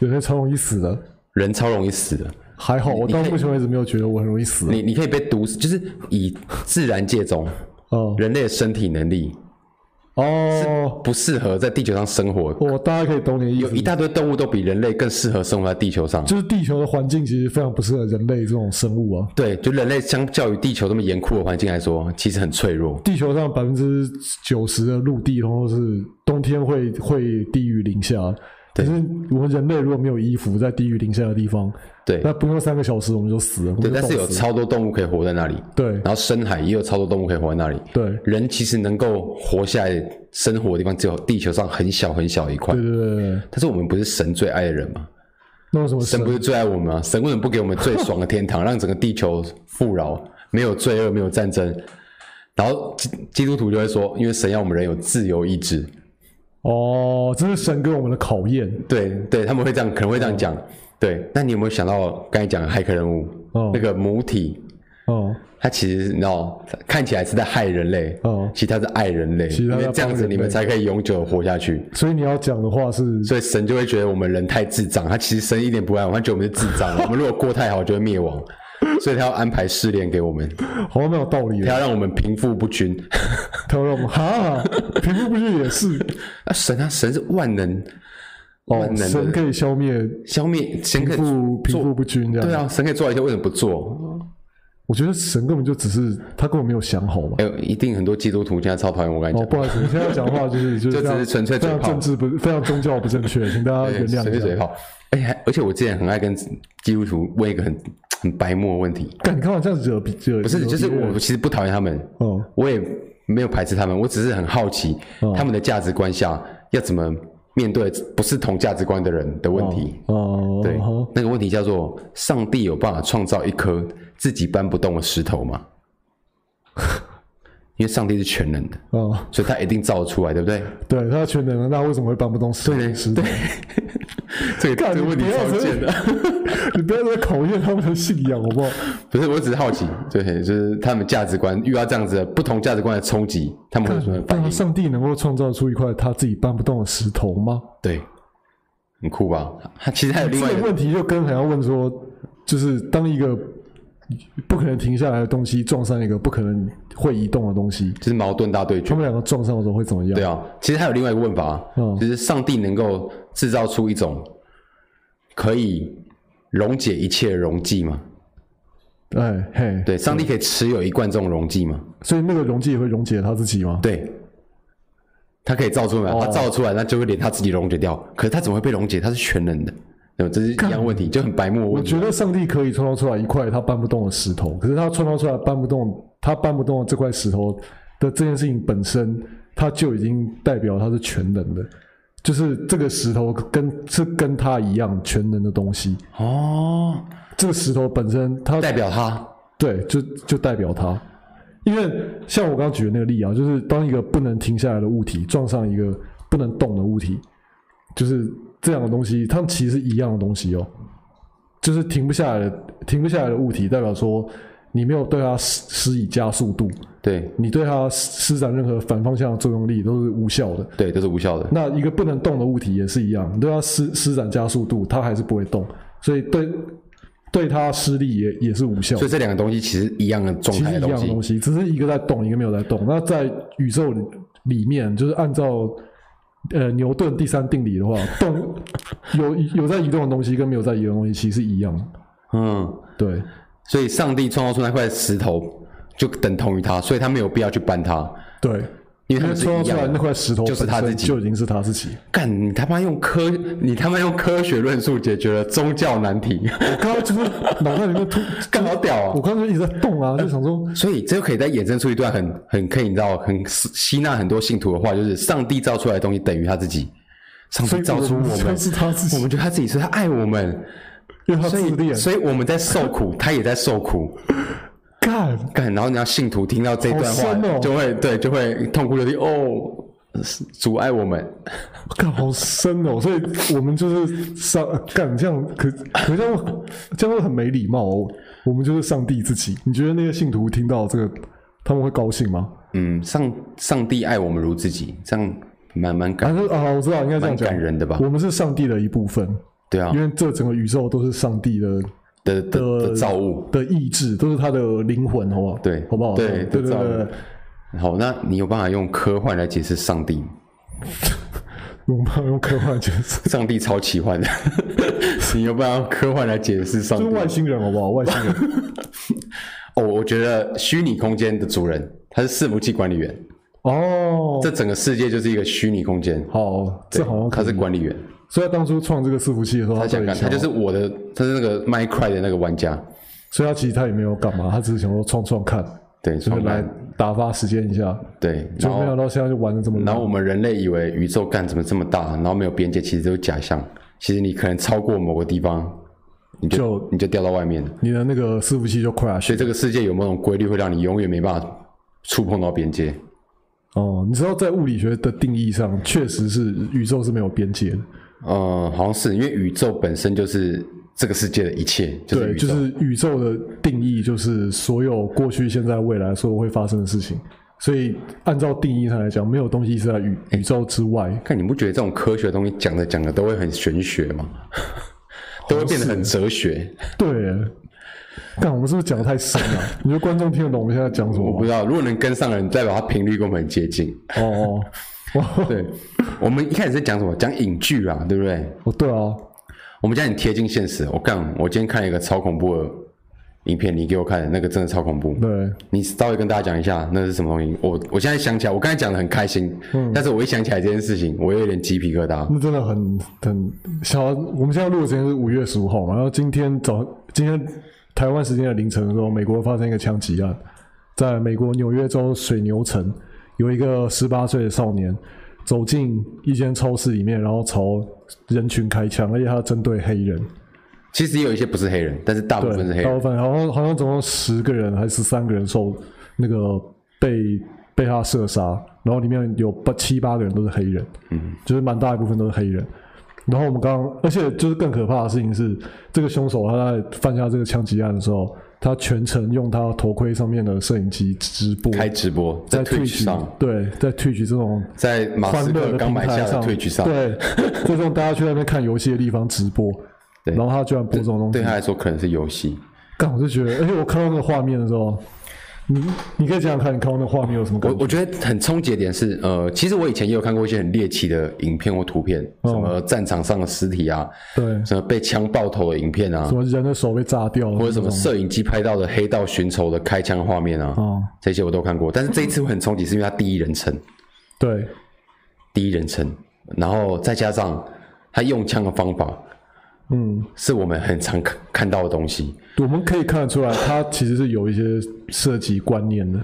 S2: 有些超容易死的，
S1: 人超容易死的，
S2: 还好我到目前为止没有觉得我很容易死，
S1: 你你可以被毒死，就是以自然界中
S2: 哦
S1: 人类的身体能力
S2: 哦，
S1: 不适合在地球上生活，
S2: 我大家可以懂你的意
S1: 有
S2: 思
S1: 一。大堆动物都比人类更适合生活在地球上。
S2: 就是地球的环境其实非常不适合人类这种生物啊，
S1: 对，就人类相较于地球这么严酷的环境来说，其实很脆弱。
S2: 地球上百分之九十的陆地，然后是冬天会会低于零下。可是我们人类如果没有衣服，在低于零下的地方，
S1: 对，
S2: 那不用三个小时我们就死了。我们
S1: 对，
S2: 就
S1: 但是
S2: 冻
S1: 有
S2: 死
S1: 超多动物可以活在那里，
S2: 对
S1: 然后深海也有超多动物可以活在那里。
S2: 对
S1: 人其实能够活下来生活的地方，只有地球上很小很小一块
S2: 对。对对对，
S1: 但是我们不是神最爱的人吗？
S2: 那为什么
S1: 神
S2: 神
S1: 不是最爱我们吗？神为什么不给我们最爽的天堂， 让整个地球富饶，没有罪恶，没有战争？然后基基督徒就会说，因为神要我们人有自由意志。
S2: 哦，这是神给我们的考验
S1: 对对，他们会这样，可能会这样
S2: 嗯
S1: 讲。对，那你有没有想到刚才讲的骇客人物、
S2: 哦
S1: 那个母体？
S2: 哦。
S1: 他其实你知道，看起来是在害人类，
S2: 哦
S1: 其实他是爱人类，
S2: 实
S1: 因
S2: 他在
S1: 为这样
S2: 帮
S1: 子
S2: 人
S1: 你们
S2: 类
S1: 才可以永久活下去。
S2: 所以你要讲的话是，
S1: 所以神就会觉得我们人太智障，他其实神一点不爱我们，他觉得我们是智 障，我们如果过太好就会灭亡，所以他要安排试炼给我们，
S2: 好像没有道理
S1: 他
S2: 的。
S1: 要让我们贫富不均。
S2: 他说我们哈，贫富不均也是
S1: 啊，神啊，神是万能，
S2: 哦
S1: 万，能
S2: 神
S1: 的，
S2: 可以消灭
S1: 消灭神可
S2: 贫
S1: 以啊
S2: 富贫富不均这样。
S1: 对啊，神可以做到一些，为什么不做？
S2: 我觉得神根本就只是他根本没有想好嘛。
S1: 哎、一定很多基督徒现在超讨厌我，跟你
S2: 哦，
S1: 讲，
S2: 不好意思，你现在讲话就 是就是
S1: 就只
S2: 非常
S1: 是纯粹
S2: 非
S1: 嘴
S2: 常
S1: 炮
S2: 政治不非常宗教不正确，请大家 原谅
S1: 随
S2: 一
S1: 便
S2: 下。
S1: 嘴炮。而且还而且我之前很爱跟基督徒问一个很很白目的问题，
S2: 干，你干嘛这样子惹别惹？
S1: 不是，
S2: 惹
S1: 就是
S2: 别人
S1: 我其实不讨厌他们，
S2: 哦，
S1: 我也没有排斥他们，我只是很好奇
S2: 哦
S1: 他们的价值观下要怎么面对不是同价值观的人的问题。
S2: 哦，
S1: 对
S2: 哦，
S1: 那个问题叫做“上帝有办法创造一颗自己搬不动的石头吗？” 因为上帝是全能的，
S2: 哦，
S1: 所以他一定造得出来，对不对？
S2: 对，他全能，那为什么会搬不动石
S1: 对
S2: 石头？
S1: 对，这个
S2: 干
S1: 这个问题
S2: 你不要
S1: 超贱的。
S2: 你不要再考验他们的信仰好不 好？
S1: 不是，我只是好 奇，对，就是他们价值观遇到这样子的不同价值观的冲击，他们会有什么反
S2: 那
S1: 应？
S2: 上帝能够创造出一块他自己搬不动的石头吗？
S1: 对，很酷吧？他其实还有
S2: 这
S1: 另外一
S2: 个
S1: 个，
S2: 问题就跟还要问说，就是当一个不可能停下来的东西撞上一个不可能会移动的东西，
S1: 就是矛盾大对决
S2: 他。们两个撞上的时候会怎么样？
S1: 对啊，其实还有另外一个问法，啊
S2: 嗯
S1: 就是上帝能够制造出一种可以溶解一切的溶剂吗？
S2: 哎嘿，
S1: 对，啊上帝可以持有一罐这种溶剂吗？
S2: 所以那个溶剂也会溶解他自己吗？
S1: 对，他可以造出来，
S2: 哦
S1: 他造出来，那就会连他自己溶解掉。可是他怎么会被溶解？他是全能的，对吧？这是一样问题，就很白目的
S2: 我
S1: 问题。
S2: 觉得上帝可以创造出来一块他搬不动的石头，可是他创造出来搬不动，他搬不动的这块石头的这件事情本身，他就已经代表他是全能的，就是这个石头跟是跟他一样全能的东西。
S1: 哦，
S2: 这个石头本身，它
S1: 代表他
S2: 对，就就代表它。因为像我刚刚举的那个例啊，就是当一个不能停下来的物体撞上一个不能动的物体，就是这两个东西，它们其实是一样的东西哦。就是停不下来的、停不下来的物体，代表说你没有对它施施以加速度，
S1: 对
S2: 你对它施施展任何反方向的作用力都是无效的。
S1: 对，都是无效的。
S2: 那一个不能动的物体也是一样，你对它施施展加速度，它还是不会动，所以对对它施力也也是无效的
S1: 所以这两个东西其实一样的状
S2: 其实
S1: 态
S2: 一
S1: 的
S2: 样
S1: 东西
S2: 的东，西，只是一个在动，一个没有在动。那在宇宙里里面，就是按照呃牛顿第三定 理的话，动有有在移动的东西跟没有在移动的东西其实是一样的。
S1: 嗯，
S2: 对，
S1: 所以上帝创造出那块石头就等同于他，所以他没有必要去搬它，
S2: 对，
S1: 因为他
S2: 因为
S1: 们是
S2: 创造
S1: 一
S2: 出来
S1: 样
S2: 那
S1: 的。
S2: 块石头
S1: 就是他
S2: 本
S1: 自
S2: 身
S1: 己
S2: 就已经是他自己。
S1: 干你他妈用科，你他妈用科学论述解决了宗教难题，
S2: 我刚刚就是脑袋里 面突，
S1: 干好屌
S2: 我
S1: 啊！
S2: 刚刚就一直在动啊，就 想说，
S1: 所以这就可以再衍生出一段很很可以你知道很吸纳很多信徒的话，就是上帝造出来的东西等于他自己，上
S2: 所
S1: 帝
S2: 以
S1: 造出我们
S2: 就，是他自
S1: 我
S2: 己，
S1: 们觉得他自己是他爱我们，
S2: 因为他
S1: 所
S2: 自
S1: 以
S2: 恋。
S1: 所以我们在受苦，他也在受苦。
S2: 干，
S1: 干，然后你要信徒听到这段
S2: 好
S1: 话，
S2: 深哦
S1: 就会对，就会痛哭流涕哦，是阻碍我们。
S2: 干好深哦，所以我们就是上干这样，可可这样这样会很没礼貌哦。我们就是上帝自己，你觉得那些信徒听到这个，他们会高兴吗？
S1: 嗯，上上帝爱我们如自己，这样蛮蛮
S2: 啊，
S1: 感，
S2: 那啊，我知道应该这样
S1: 蛮
S2: 讲
S1: 感，人的吧？
S2: 我们是上帝的一部分，
S1: 对啊
S2: 因，为这整个宇宙都是上帝的
S1: 的的
S2: 的
S1: 的造物。
S2: 的意志，都是他的灵魂，好不好？
S1: 对
S2: 好不好？
S1: 对
S2: 对
S1: 的
S2: 对
S1: 造物
S2: 对，
S1: 好，那你有办法用科幻来解释上帝吗？
S2: 我们要用科幻解释，
S1: 上帝超奇幻的， 你有办法用科幻来解释上
S2: 就
S1: 帝
S2: 是
S1: 吗？
S2: 外星人，好不好？外星 人，
S1: 哦，我觉得虚拟空间的主人他是伺服器管理员，
S2: 哦，
S1: 这整个世界就是一个虚拟空间，
S2: 好，这好像可
S1: 他
S2: 以
S1: 是管理员。
S2: 所以他当初创这个伺服器的时候，
S1: 他
S2: 他到
S1: 想
S2: 底
S1: 干，他
S2: 要
S1: 就是我的，他是那个麦块的那个玩家，
S2: 所以他其实他也没有干嘛，他只是想说创创看，
S1: 对，
S2: 就是
S1: 创
S2: 来
S1: 办，
S2: 打发时间一下，
S1: 对，
S2: 就
S1: 然
S2: 没想
S1: 后
S2: 到现在就玩的这么
S1: 然
S2: 烂。
S1: 后我们人类以为宇宙干怎么这么大，然后没有边界，其实都是假象，其实你可能超过某个地方，你就
S2: 就
S1: 你就掉到外面了，
S2: 你的那个伺服器就 crash
S1: 所以这个世界有某种规律会让你永远没办法触碰到边界，
S2: 哦，你知道在物理学的定义上，确实是宇宙是没有边界的，
S1: 呃，好像是因为宇宙本身就是这个世界的一切，就是
S2: 对，
S1: 宇宙，
S2: 就是宇宙的定义就是所有过去、现在、未来所有会发生的事情，所以按照定义上来讲，没有东西是在宇
S1: 哎
S2: 宇宙之外，
S1: 看你不觉得这种科学的东西讲着讲着都会很玄学 吗？都会变得很哲学，
S2: 对。但我们是不是讲的太深了、 你觉得观众听得懂我们现在讲什么
S1: 我
S2: 吗
S1: 不？知道。如果能跟上的人，代表他频率跟我们很接近。
S2: 哦哦，哦
S1: 对，我们一开始在讲什么？讲影剧啊，对不对？
S2: 哦，对啊，
S1: 我们讲很贴近现实。我干，我今天看了一个超恐怖的影片你给我看，那个真的超恐怖。
S2: 对，
S1: 你稍微跟大家讲一下那是什么东西。我我现在想起来，我刚才讲的很开心，
S2: 嗯
S1: 但是我一想起来这件事情，我又有点鸡皮疙瘩。
S2: 那真的很很想要。我们现在录的时间是五月十五号嘛，然后今天早今天台湾时间的凌晨的时候，美国发生一个枪击案，在美国纽约州水牛城，有一个十八岁的少年走进一间超市里面，然后朝人群开枪，而且他针对黑人。
S1: 其实也有一些不是黑人，但是大部分是黑
S2: 大部
S1: 人。
S2: 分好像好像总共十个人还是三个人受那个被被他射杀，然后里面有八七八个人都是黑人，嗯，就是蛮大一部分都是黑人。然后我们刚刚，而且就是更可怕的事情是，这个凶手他在犯下这个枪击案的时候，他全程用他头盔上面的摄影机直播，
S1: 开直播在
S2: 在
S1: Twitch 上，
S2: 对，在 Twitch 这种
S1: 在马斯
S2: 欢乐
S1: 克
S2: 的
S1: 刚
S2: 平
S1: 买下
S2: 台
S1: 的
S2: 上，
S1: Twitch 上，
S2: 对，这种大家去那边看游戏的地方直播，
S1: 对
S2: 然后他居然播这种东西，
S1: 对他来说可能是游戏。
S2: 干，我就觉得，而且哎我看到那个画面的时候，你你可以想想看，你看到那个画面有什么感
S1: 我
S2: 觉？
S1: 我觉得很冲击的点是，呃，其实我以前也有看过一些很猎奇的影片或图片，
S2: 哦
S1: 什么战场上的尸体啊，
S2: 对，
S1: 什么被枪爆头的影片啊
S2: 什，么人的手被炸掉了，
S1: 或者什么
S2: 那种
S1: 摄影机拍到的黑道寻仇的开枪画面啊，
S2: 哦，
S1: 这些我都看过。但是这一次我很冲击，是因为它第一人称，
S2: 对，
S1: 第一人称，然后再加上他用枪的方法
S2: 嗯，
S1: 是我们很常看看到的东西。
S2: 我们可以看得出来，他其实是有一些涉及观念的。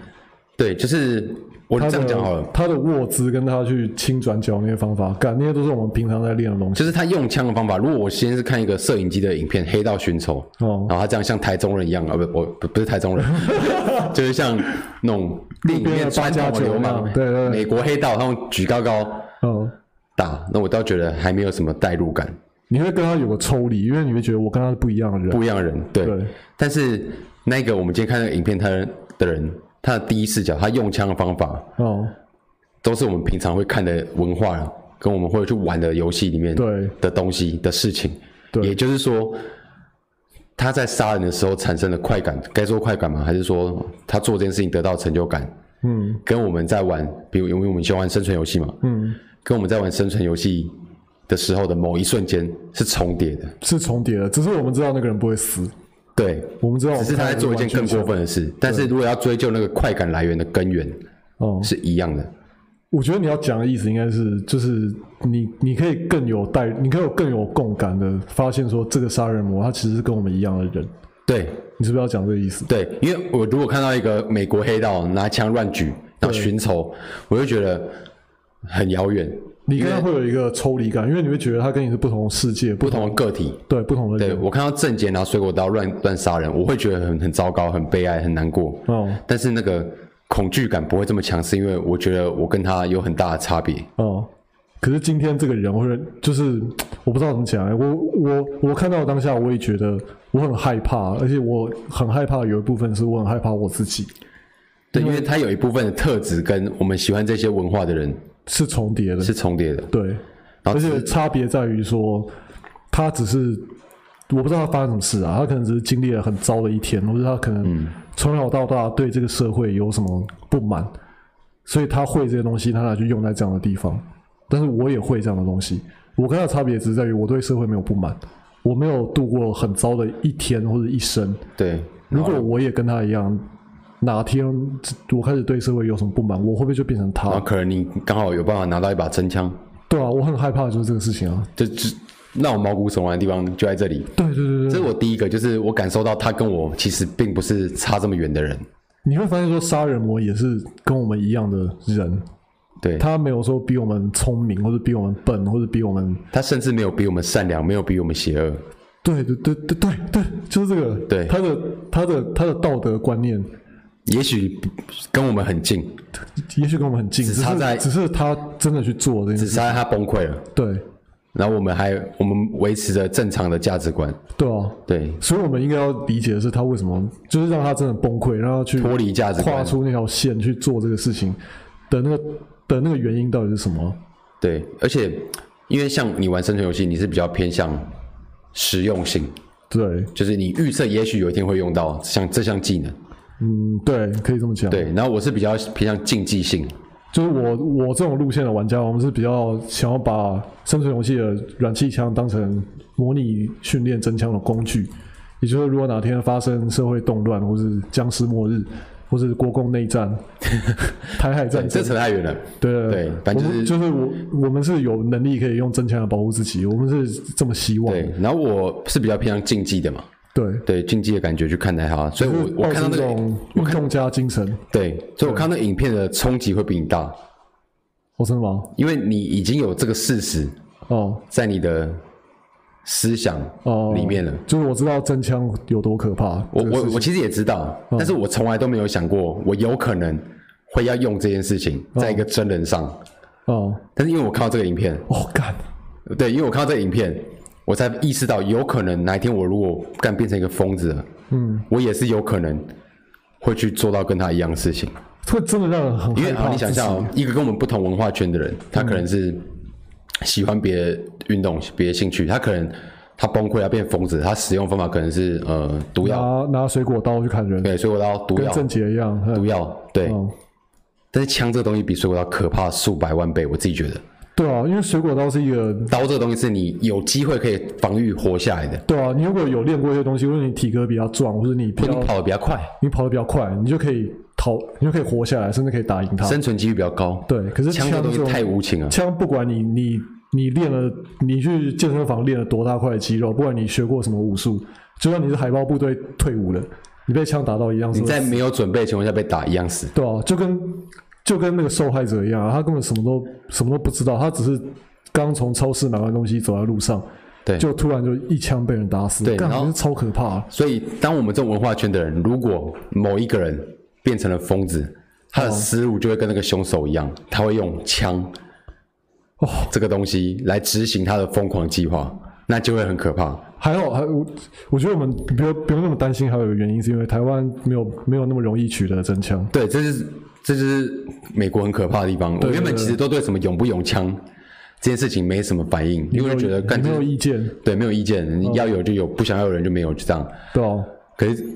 S1: 对，就是我
S2: 他
S1: 这样
S2: 的
S1: 讲好了，
S2: 他的握姿跟他去轻转角那些方法，干那些都是我们平常在练的东西。
S1: 就是他用枪的方法。如果我先是看一个摄影机的影片，黑道寻仇，
S2: 哦
S1: 然后他这样像台中人一样啊，不，我不不是台中人， 就是像那种电影里面传统的流
S2: 路边的八加九那
S1: 氓，
S2: 样对对对
S1: 美国黑道他们举高高
S2: 嗯，
S1: 打，那我倒觉得还没有什么代入感，
S2: 你会跟他有个抽离，因为你会觉得我跟他是不一样的人。
S1: 不一样的人，对。
S2: 对，
S1: 但是那个我们今天看那个影片，他的人他的第一视角，他用枪的方法，
S2: 哦，
S1: 都是我们平常会看的文化，跟我们会去玩的游戏里面
S2: 对
S1: 的东西的事情。
S2: 对
S1: 也就是说，他在杀人的时候产生的快感，该说快感吗？还是说他做这件事情得到成就感？
S2: 嗯
S1: 跟我们在玩，比如因为我们喜欢玩生存游戏嘛，
S2: 嗯，
S1: 跟我们在玩生存游戏的时候的某一瞬间是重叠的。
S2: 是重叠的，只是我们知道那个人不会死，
S1: 对，
S2: 我们知道我
S1: 只
S2: 们
S1: 是他在
S2: 看的
S1: 做一件
S2: 完全
S1: 更
S2: 相
S1: 过分的事。但是如果要追究那个快感来源的根源，
S2: 哦，
S1: 是一样的。
S2: 我觉得你要讲的意思应该是，就是你你可以更有代，你可以有更有共感的发现说，这个杀人魔他其实是跟我们一样的人，
S1: 对，
S2: 你是不是要讲这个意思？
S1: 对，因为我如果看到一个美国黑道拿枪乱举，然后寻仇，我就觉得很遥远，
S2: 你应该会有一个抽离感，因为你会觉得他跟你是不同世界，
S1: 不
S2: 不
S1: 同的个体。
S2: 对不同的
S1: 对
S2: 人。
S1: 我看到郑杰拿水果刀乱乱杀人，我会觉得很很糟糕、很悲哀、很难过。
S2: 哦
S1: 但是那个恐惧感不会这么强，是因为我觉得我跟他有很大的差别。
S2: 哦，可是今天这个人，或者就是我不知道怎么讲、欸，我我我看到当下，我也觉得我很害怕，而且我很害怕，有一部分是我很害怕我自己
S1: 对，因为他有一部分的特质跟我们喜欢这些文化的人
S2: 是重叠的，
S1: 是重叠的。
S2: 对，
S1: 然后
S2: 而
S1: 只啊
S2: 且
S1: 是
S2: 差别在于说，他只是我不知道他发生什么事啊，他可能只是经历了很糟的一天，或者他可能从小到大对这个社会有什么不满，所以他会这些东西，他拿去用在这样的地方。但是我也会这样的东西，我跟他的差别只是在于我对社会没有不满，我没有度过很糟的一天或者一生。
S1: 对，
S2: 如果我也跟他一样，哪天我开始对社会有什么不满，我会不会就变成
S1: 然
S2: 他
S1: 后？可能你刚好有办法拿到一把真枪，
S2: 对啊，我很害怕就是这个事情啊。
S1: 就就让我毛骨悚然的地方就在这里。
S2: 对对对对，
S1: 这是我第一个，就是我感受到他跟我其实并不是差这么远的人，
S2: 你会发现说，杀人魔也是跟我们一样的人，
S1: 对他，
S2: 他没有说比我们聪明，或者比我们笨，或者比我们……
S1: 他甚至没有比我们善良，没有比我们邪恶，
S2: 对对对对对对，就是这个。
S1: 对
S2: 他的他的他的道德观念，
S1: 也许跟我们很近，
S2: 也许跟我们很近，只
S1: 只差
S2: 是
S1: 在
S2: 只是他真的去做这件
S1: 只
S2: 事。
S1: 是他崩溃了，
S2: 对
S1: 然后我们还我们维持着正常的价值观，
S2: 对啊，
S1: 对，
S2: 所以我们应该要理解的是，他为什么就是让他真的崩溃，让他去
S1: 脱离价值
S2: 跨
S1: 观，
S2: 出那条线去做这个事情的那个的那个原因到底是什么？
S1: 对，而且因为像你玩生存游戏，你是比较偏向实用性，
S2: 对，
S1: 就是你预测也许有一天会用到像这项技能，
S2: 嗯，对，可以这么讲。
S1: 对，然后我是比较偏向竞技性，
S2: 就是我我这种路线的玩家，我们是比较想要把生存游戏的软气枪当成模拟训练真枪的工具，也就是如果哪天发生社会动乱，或是僵尸末日，或是国共 内战、台海战
S1: 这
S2: 争，
S1: 扯太远了。
S2: 对
S1: 对反正
S2: 我们
S1: 就
S2: 就是我我们是有能力可以用增强来保护自己，我们是这么希望的。
S1: 对，然后我是比较偏向竞技的嘛，
S2: 对，
S1: 对竞技的感觉去看待它，所以
S2: 就是
S1: 我我
S2: 抱
S1: 看到
S2: 着
S1: 那
S2: 这
S1: 个，
S2: 种运动家精神，
S1: 对，所以我看到那个影片的冲击会比你大，
S2: 哦，真的吗？
S1: 因为你已经有这个事实
S2: 哦
S1: 在你的思想
S2: 哦，
S1: 里面了。
S2: 就是我知道真枪有多可怕。
S1: 我我
S2: 这个事情嗯
S1: 我其实也知道，但是我从来都没有想过我有可能会要用这件事情在一个真人上。
S2: 哦
S1: 但是因为我看到这个影片，
S2: 哦干，
S1: 对，因为我看到这个影片，我才意识到有可能哪一天我如果干变成一个疯子了，
S2: 嗯，
S1: 我也是有可能会去做到跟他一样的事情。
S2: 会真的让人很
S1: 因为
S2: 害
S1: 好，
S2: 怕。
S1: 你想象、哦，一个跟我们不同文化圈的人，他可能是喜欢别的运动、别的兴趣，他可能他崩溃，他变疯子，他使用方法可能是呃毒药，
S2: 拿拿水果刀去砍人，
S1: 对，水果刀、毒
S2: 啊跟
S1: 药、
S2: 郑杰一样。
S1: 毒
S2: 嗯
S1: 药，对。
S2: 哦
S1: 但是枪这个东西比水果刀可怕数百万倍，我自己觉得，
S2: 对啊，因为水果刀是一个
S1: 刀这个东西是你有机会可以防御活下来的，
S2: 对啊，你如果有练过一些东西，或者你体格比较壮，或者你比
S1: 或者
S2: 较
S1: 你跑得比较快，
S2: 你跑得比较快，你就可以逃，你就可以活下来，甚至可以打赢他。
S1: 生存几率比较高。
S2: 对，可是
S1: 枪
S2: 枪
S1: 这个东
S2: 这
S1: 西
S2: 种
S1: 太无情了。
S2: 枪，不管你你你练了，你去健身房练了多大块的肌肉，不管你学过什么武术，就算你是海豹部队退伍了，你被枪打到一样是
S1: 你
S2: 会死，
S1: 在没有准备的情况下被打一样死，
S2: 对啊，就跟就跟那个受害者一样、啊，他根本什么都什么都不知道，他只是刚从超市买完东西走在路上，
S1: 对
S2: 就突然就一枪被人打死，
S1: 对
S2: 干
S1: 然后
S2: 真是超可怕、啊。
S1: 所以当我们这种文化圈的人，如果某一个人变成了疯子，他的思路就会跟那个凶手一样，他会用枪
S2: 哦，
S1: 这个东西来执行他的疯狂计划，那就会很可怕。
S2: 还好，还我我觉得我们不用不用那么担心，还有一个原因是因为台湾没有没有那么容易取得真枪。
S1: 对，这是这就是美国很可怕的地方。我原本其实都对什么永不永枪这件事情没什么反应，因为我觉得干
S2: 你
S1: 这
S2: 没有意哦见，
S1: 对没有意见，你要有就有，不想要有人就没有，就这样。
S2: 对啊，
S1: 可是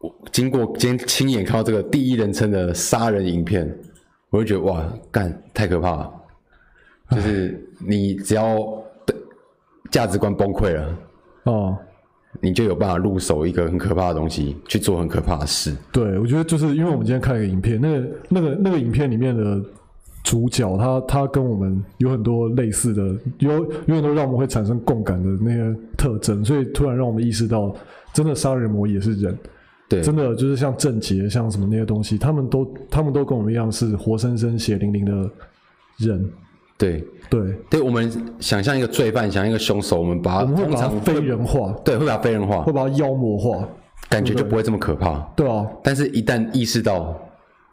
S1: 我经过今天亲眼看到这个第一人称的杀人影片，我就觉得哇，干太可怕了！就是你只要对价值观崩溃了，
S2: 哦、
S1: 你就有办法入手一个很可怕的东西，去做很可怕的事。
S2: 对，我觉得就是因为我们今天看了一个影片，那个那个那个影片里面的主角他，他跟我们有很多类似的，有有很多让我们会产生共感的那些特征，所以突然让我们意识到，真的杀人魔也是人，
S1: 对，
S2: 真的就是像郑杰，像什么那些东西，他们都他们都跟我们一样是活生生、血淋淋的人，
S1: 对，
S2: 对，
S1: 对我们想象一个罪犯，想象一个凶手，我们把它
S2: 我们会
S1: 通
S2: 把它
S1: 常
S2: 非人化，
S1: 对会把它非人化
S2: 会，把它妖魔化，
S1: 感觉就不会这么可怕。
S2: 对啊，
S1: 但是，一旦意识到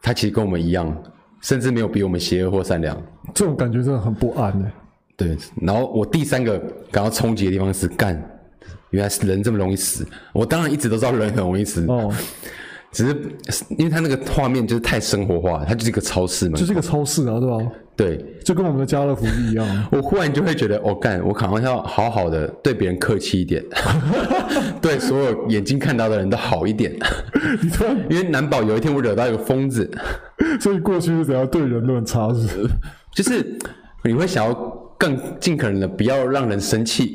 S1: 他其实跟我们一样，甚至没有比我们邪恶或善良，
S2: 这种感觉真的很不安哎、
S1: 对，然后我第三个感到冲击的地方是，干，原来是人这么容易死。我当然一直都知道人很容易死，
S2: 哦，
S1: 只是因为他那个画面就是太生活化了，它就是一个超市嘛。
S2: 就是一个超市啊，对吧、
S1: 对，
S2: 就跟我们的家乐福一样。
S1: 我忽然就会觉得，哦，干，我好像要好好的对别人客气一点， 对所有眼睛看到的人都好一点，
S2: 你突然，
S1: 因为难保有一天我惹到一个疯子，
S2: 所以过去是怎样对人都很差，是不是？
S1: 就是你会想要更尽可能的不要让人生气。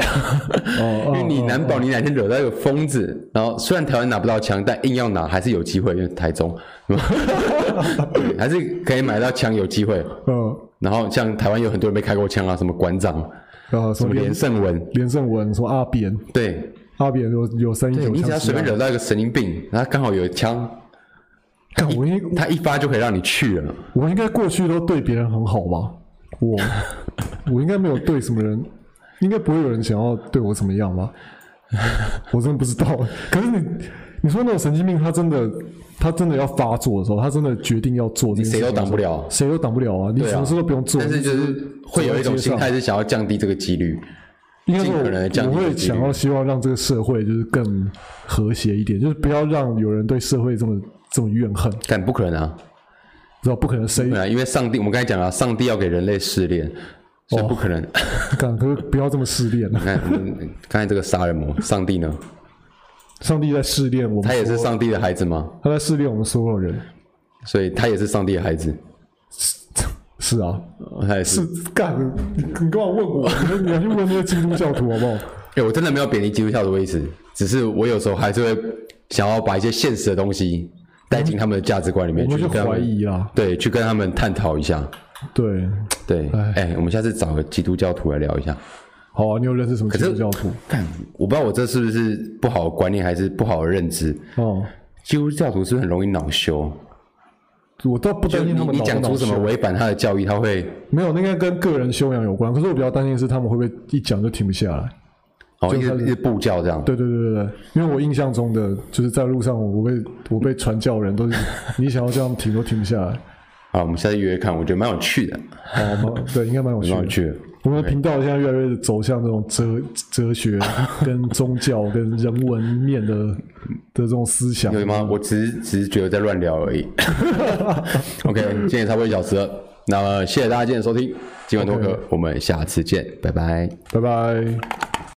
S2: 哦
S1: 因为你
S2: 哦
S1: 难保你哪天惹到一个疯子，然后虽然台湾拿不到枪，但硬要拿还是有机会，因为台中， 对还是可以买到枪有机会。
S2: 哦
S1: 然后像台湾有很多人没开过枪啊，什么馆长、
S2: 呃啊，什
S1: 什
S2: 么
S1: 么连
S2: 连
S1: 胜文，
S2: 连胜文，什么阿扁，
S1: 对，
S2: 阿扁有有三一
S1: 对
S2: 九
S1: 你只要
S2: 枪
S1: 随
S2: 击
S1: 便
S2: 案，
S1: 惹到一个神经病，然后他刚好有枪，
S2: 看我应
S1: 他一发就可以让你去了。
S2: 我应该过去都对别人很好 吧？我我应该没有对什么人，应该不会有人想要对我怎么样吧？我真的不知道。可是你你说那种神经病，他真的他真的要发作的时候，他真的决定要做这件事
S1: 谁
S2: 情
S1: 都
S2: 的时候，
S1: 挡不了
S2: 谁都挡不了啊！你
S1: 啊
S2: 什么事都不用做，
S1: 但是
S2: 你
S1: 就
S2: 只
S1: 是
S2: 啊
S1: 会有一种心态是想要降低这个几率，
S2: 应该说
S1: 尽可能地降低
S2: 我
S1: 这个
S2: 会
S1: 几率
S2: 想要希望让这个社会就是更和谐一点，就是不要让有人对社会这么这么怨恨，
S1: 但不可能啊，
S2: 知道不可能谁
S1: 不可能啊，因为上帝，我们刚才讲了，上帝要给人类试炼，
S2: 哦
S1: 所以不可能。
S2: 敢，可是不要这么试炼了
S1: 你。看，嗯刚才这个杀人魔，上帝呢？
S2: 上帝在试炼我
S1: 他
S2: 们，
S1: 也是上帝的孩子吗？
S2: 他在试炼我们所有人。
S1: 所以他也是上帝的孩子，
S2: 是啊，
S1: 他也是。
S2: 是干，你你干嘛问我？你要去问那些基督教徒好不好？
S1: 哎、我真的没有贬低基督教徒的意思，只是我有时候还是会想要把一些现实的东西带进他们的价值观里面
S2: 我
S1: 去
S2: 们就
S1: 跟他们
S2: 怀疑啦，
S1: 对，去跟他们探讨一下。
S2: 对，
S1: 对，
S2: 哎
S1: 哎、我们下次找个基督教徒来聊一下。
S2: 好啊，你有认识什么基
S1: 是
S2: 督教徒？
S1: 看，我不知道我这是不是不好的观念，还是不好的认知。
S2: 哦，
S1: 基督教徒是不是很容易恼羞？
S2: 我倒不
S1: 就
S2: 担
S1: 你
S2: 心他们
S1: 你讲
S2: 脑
S1: 出
S2: 不
S1: 什么
S2: 脑
S1: 违反他的教义，他会
S2: 没有，那应该跟个人修养有关。可是我比较担心的是他们会不会一讲就停不下来。
S1: 哦，一
S2: 就
S1: 直
S2: 他
S1: 一直布教这样。
S2: 对对对对对，因为我印象中的就是在路上我，我被我被传教人都是 你想要这样停都停不下来。
S1: 好，我们下次约约看，我觉得蛮有趣的，
S2: 哦，蛮对，应该蛮有趣
S1: 蛮有
S2: 的。
S1: 趣的。
S2: 我们的频道现在越来越走向这种哲 哲学、跟宗教、跟人文面的的这种思想。
S1: 有吗？我只是只是觉得在乱聊而已。OK，今天也差不多一小时了，那么谢谢大家今天的收听，今晚多客
S2: OK
S1: 我们下次见，拜拜。
S2: 拜拜。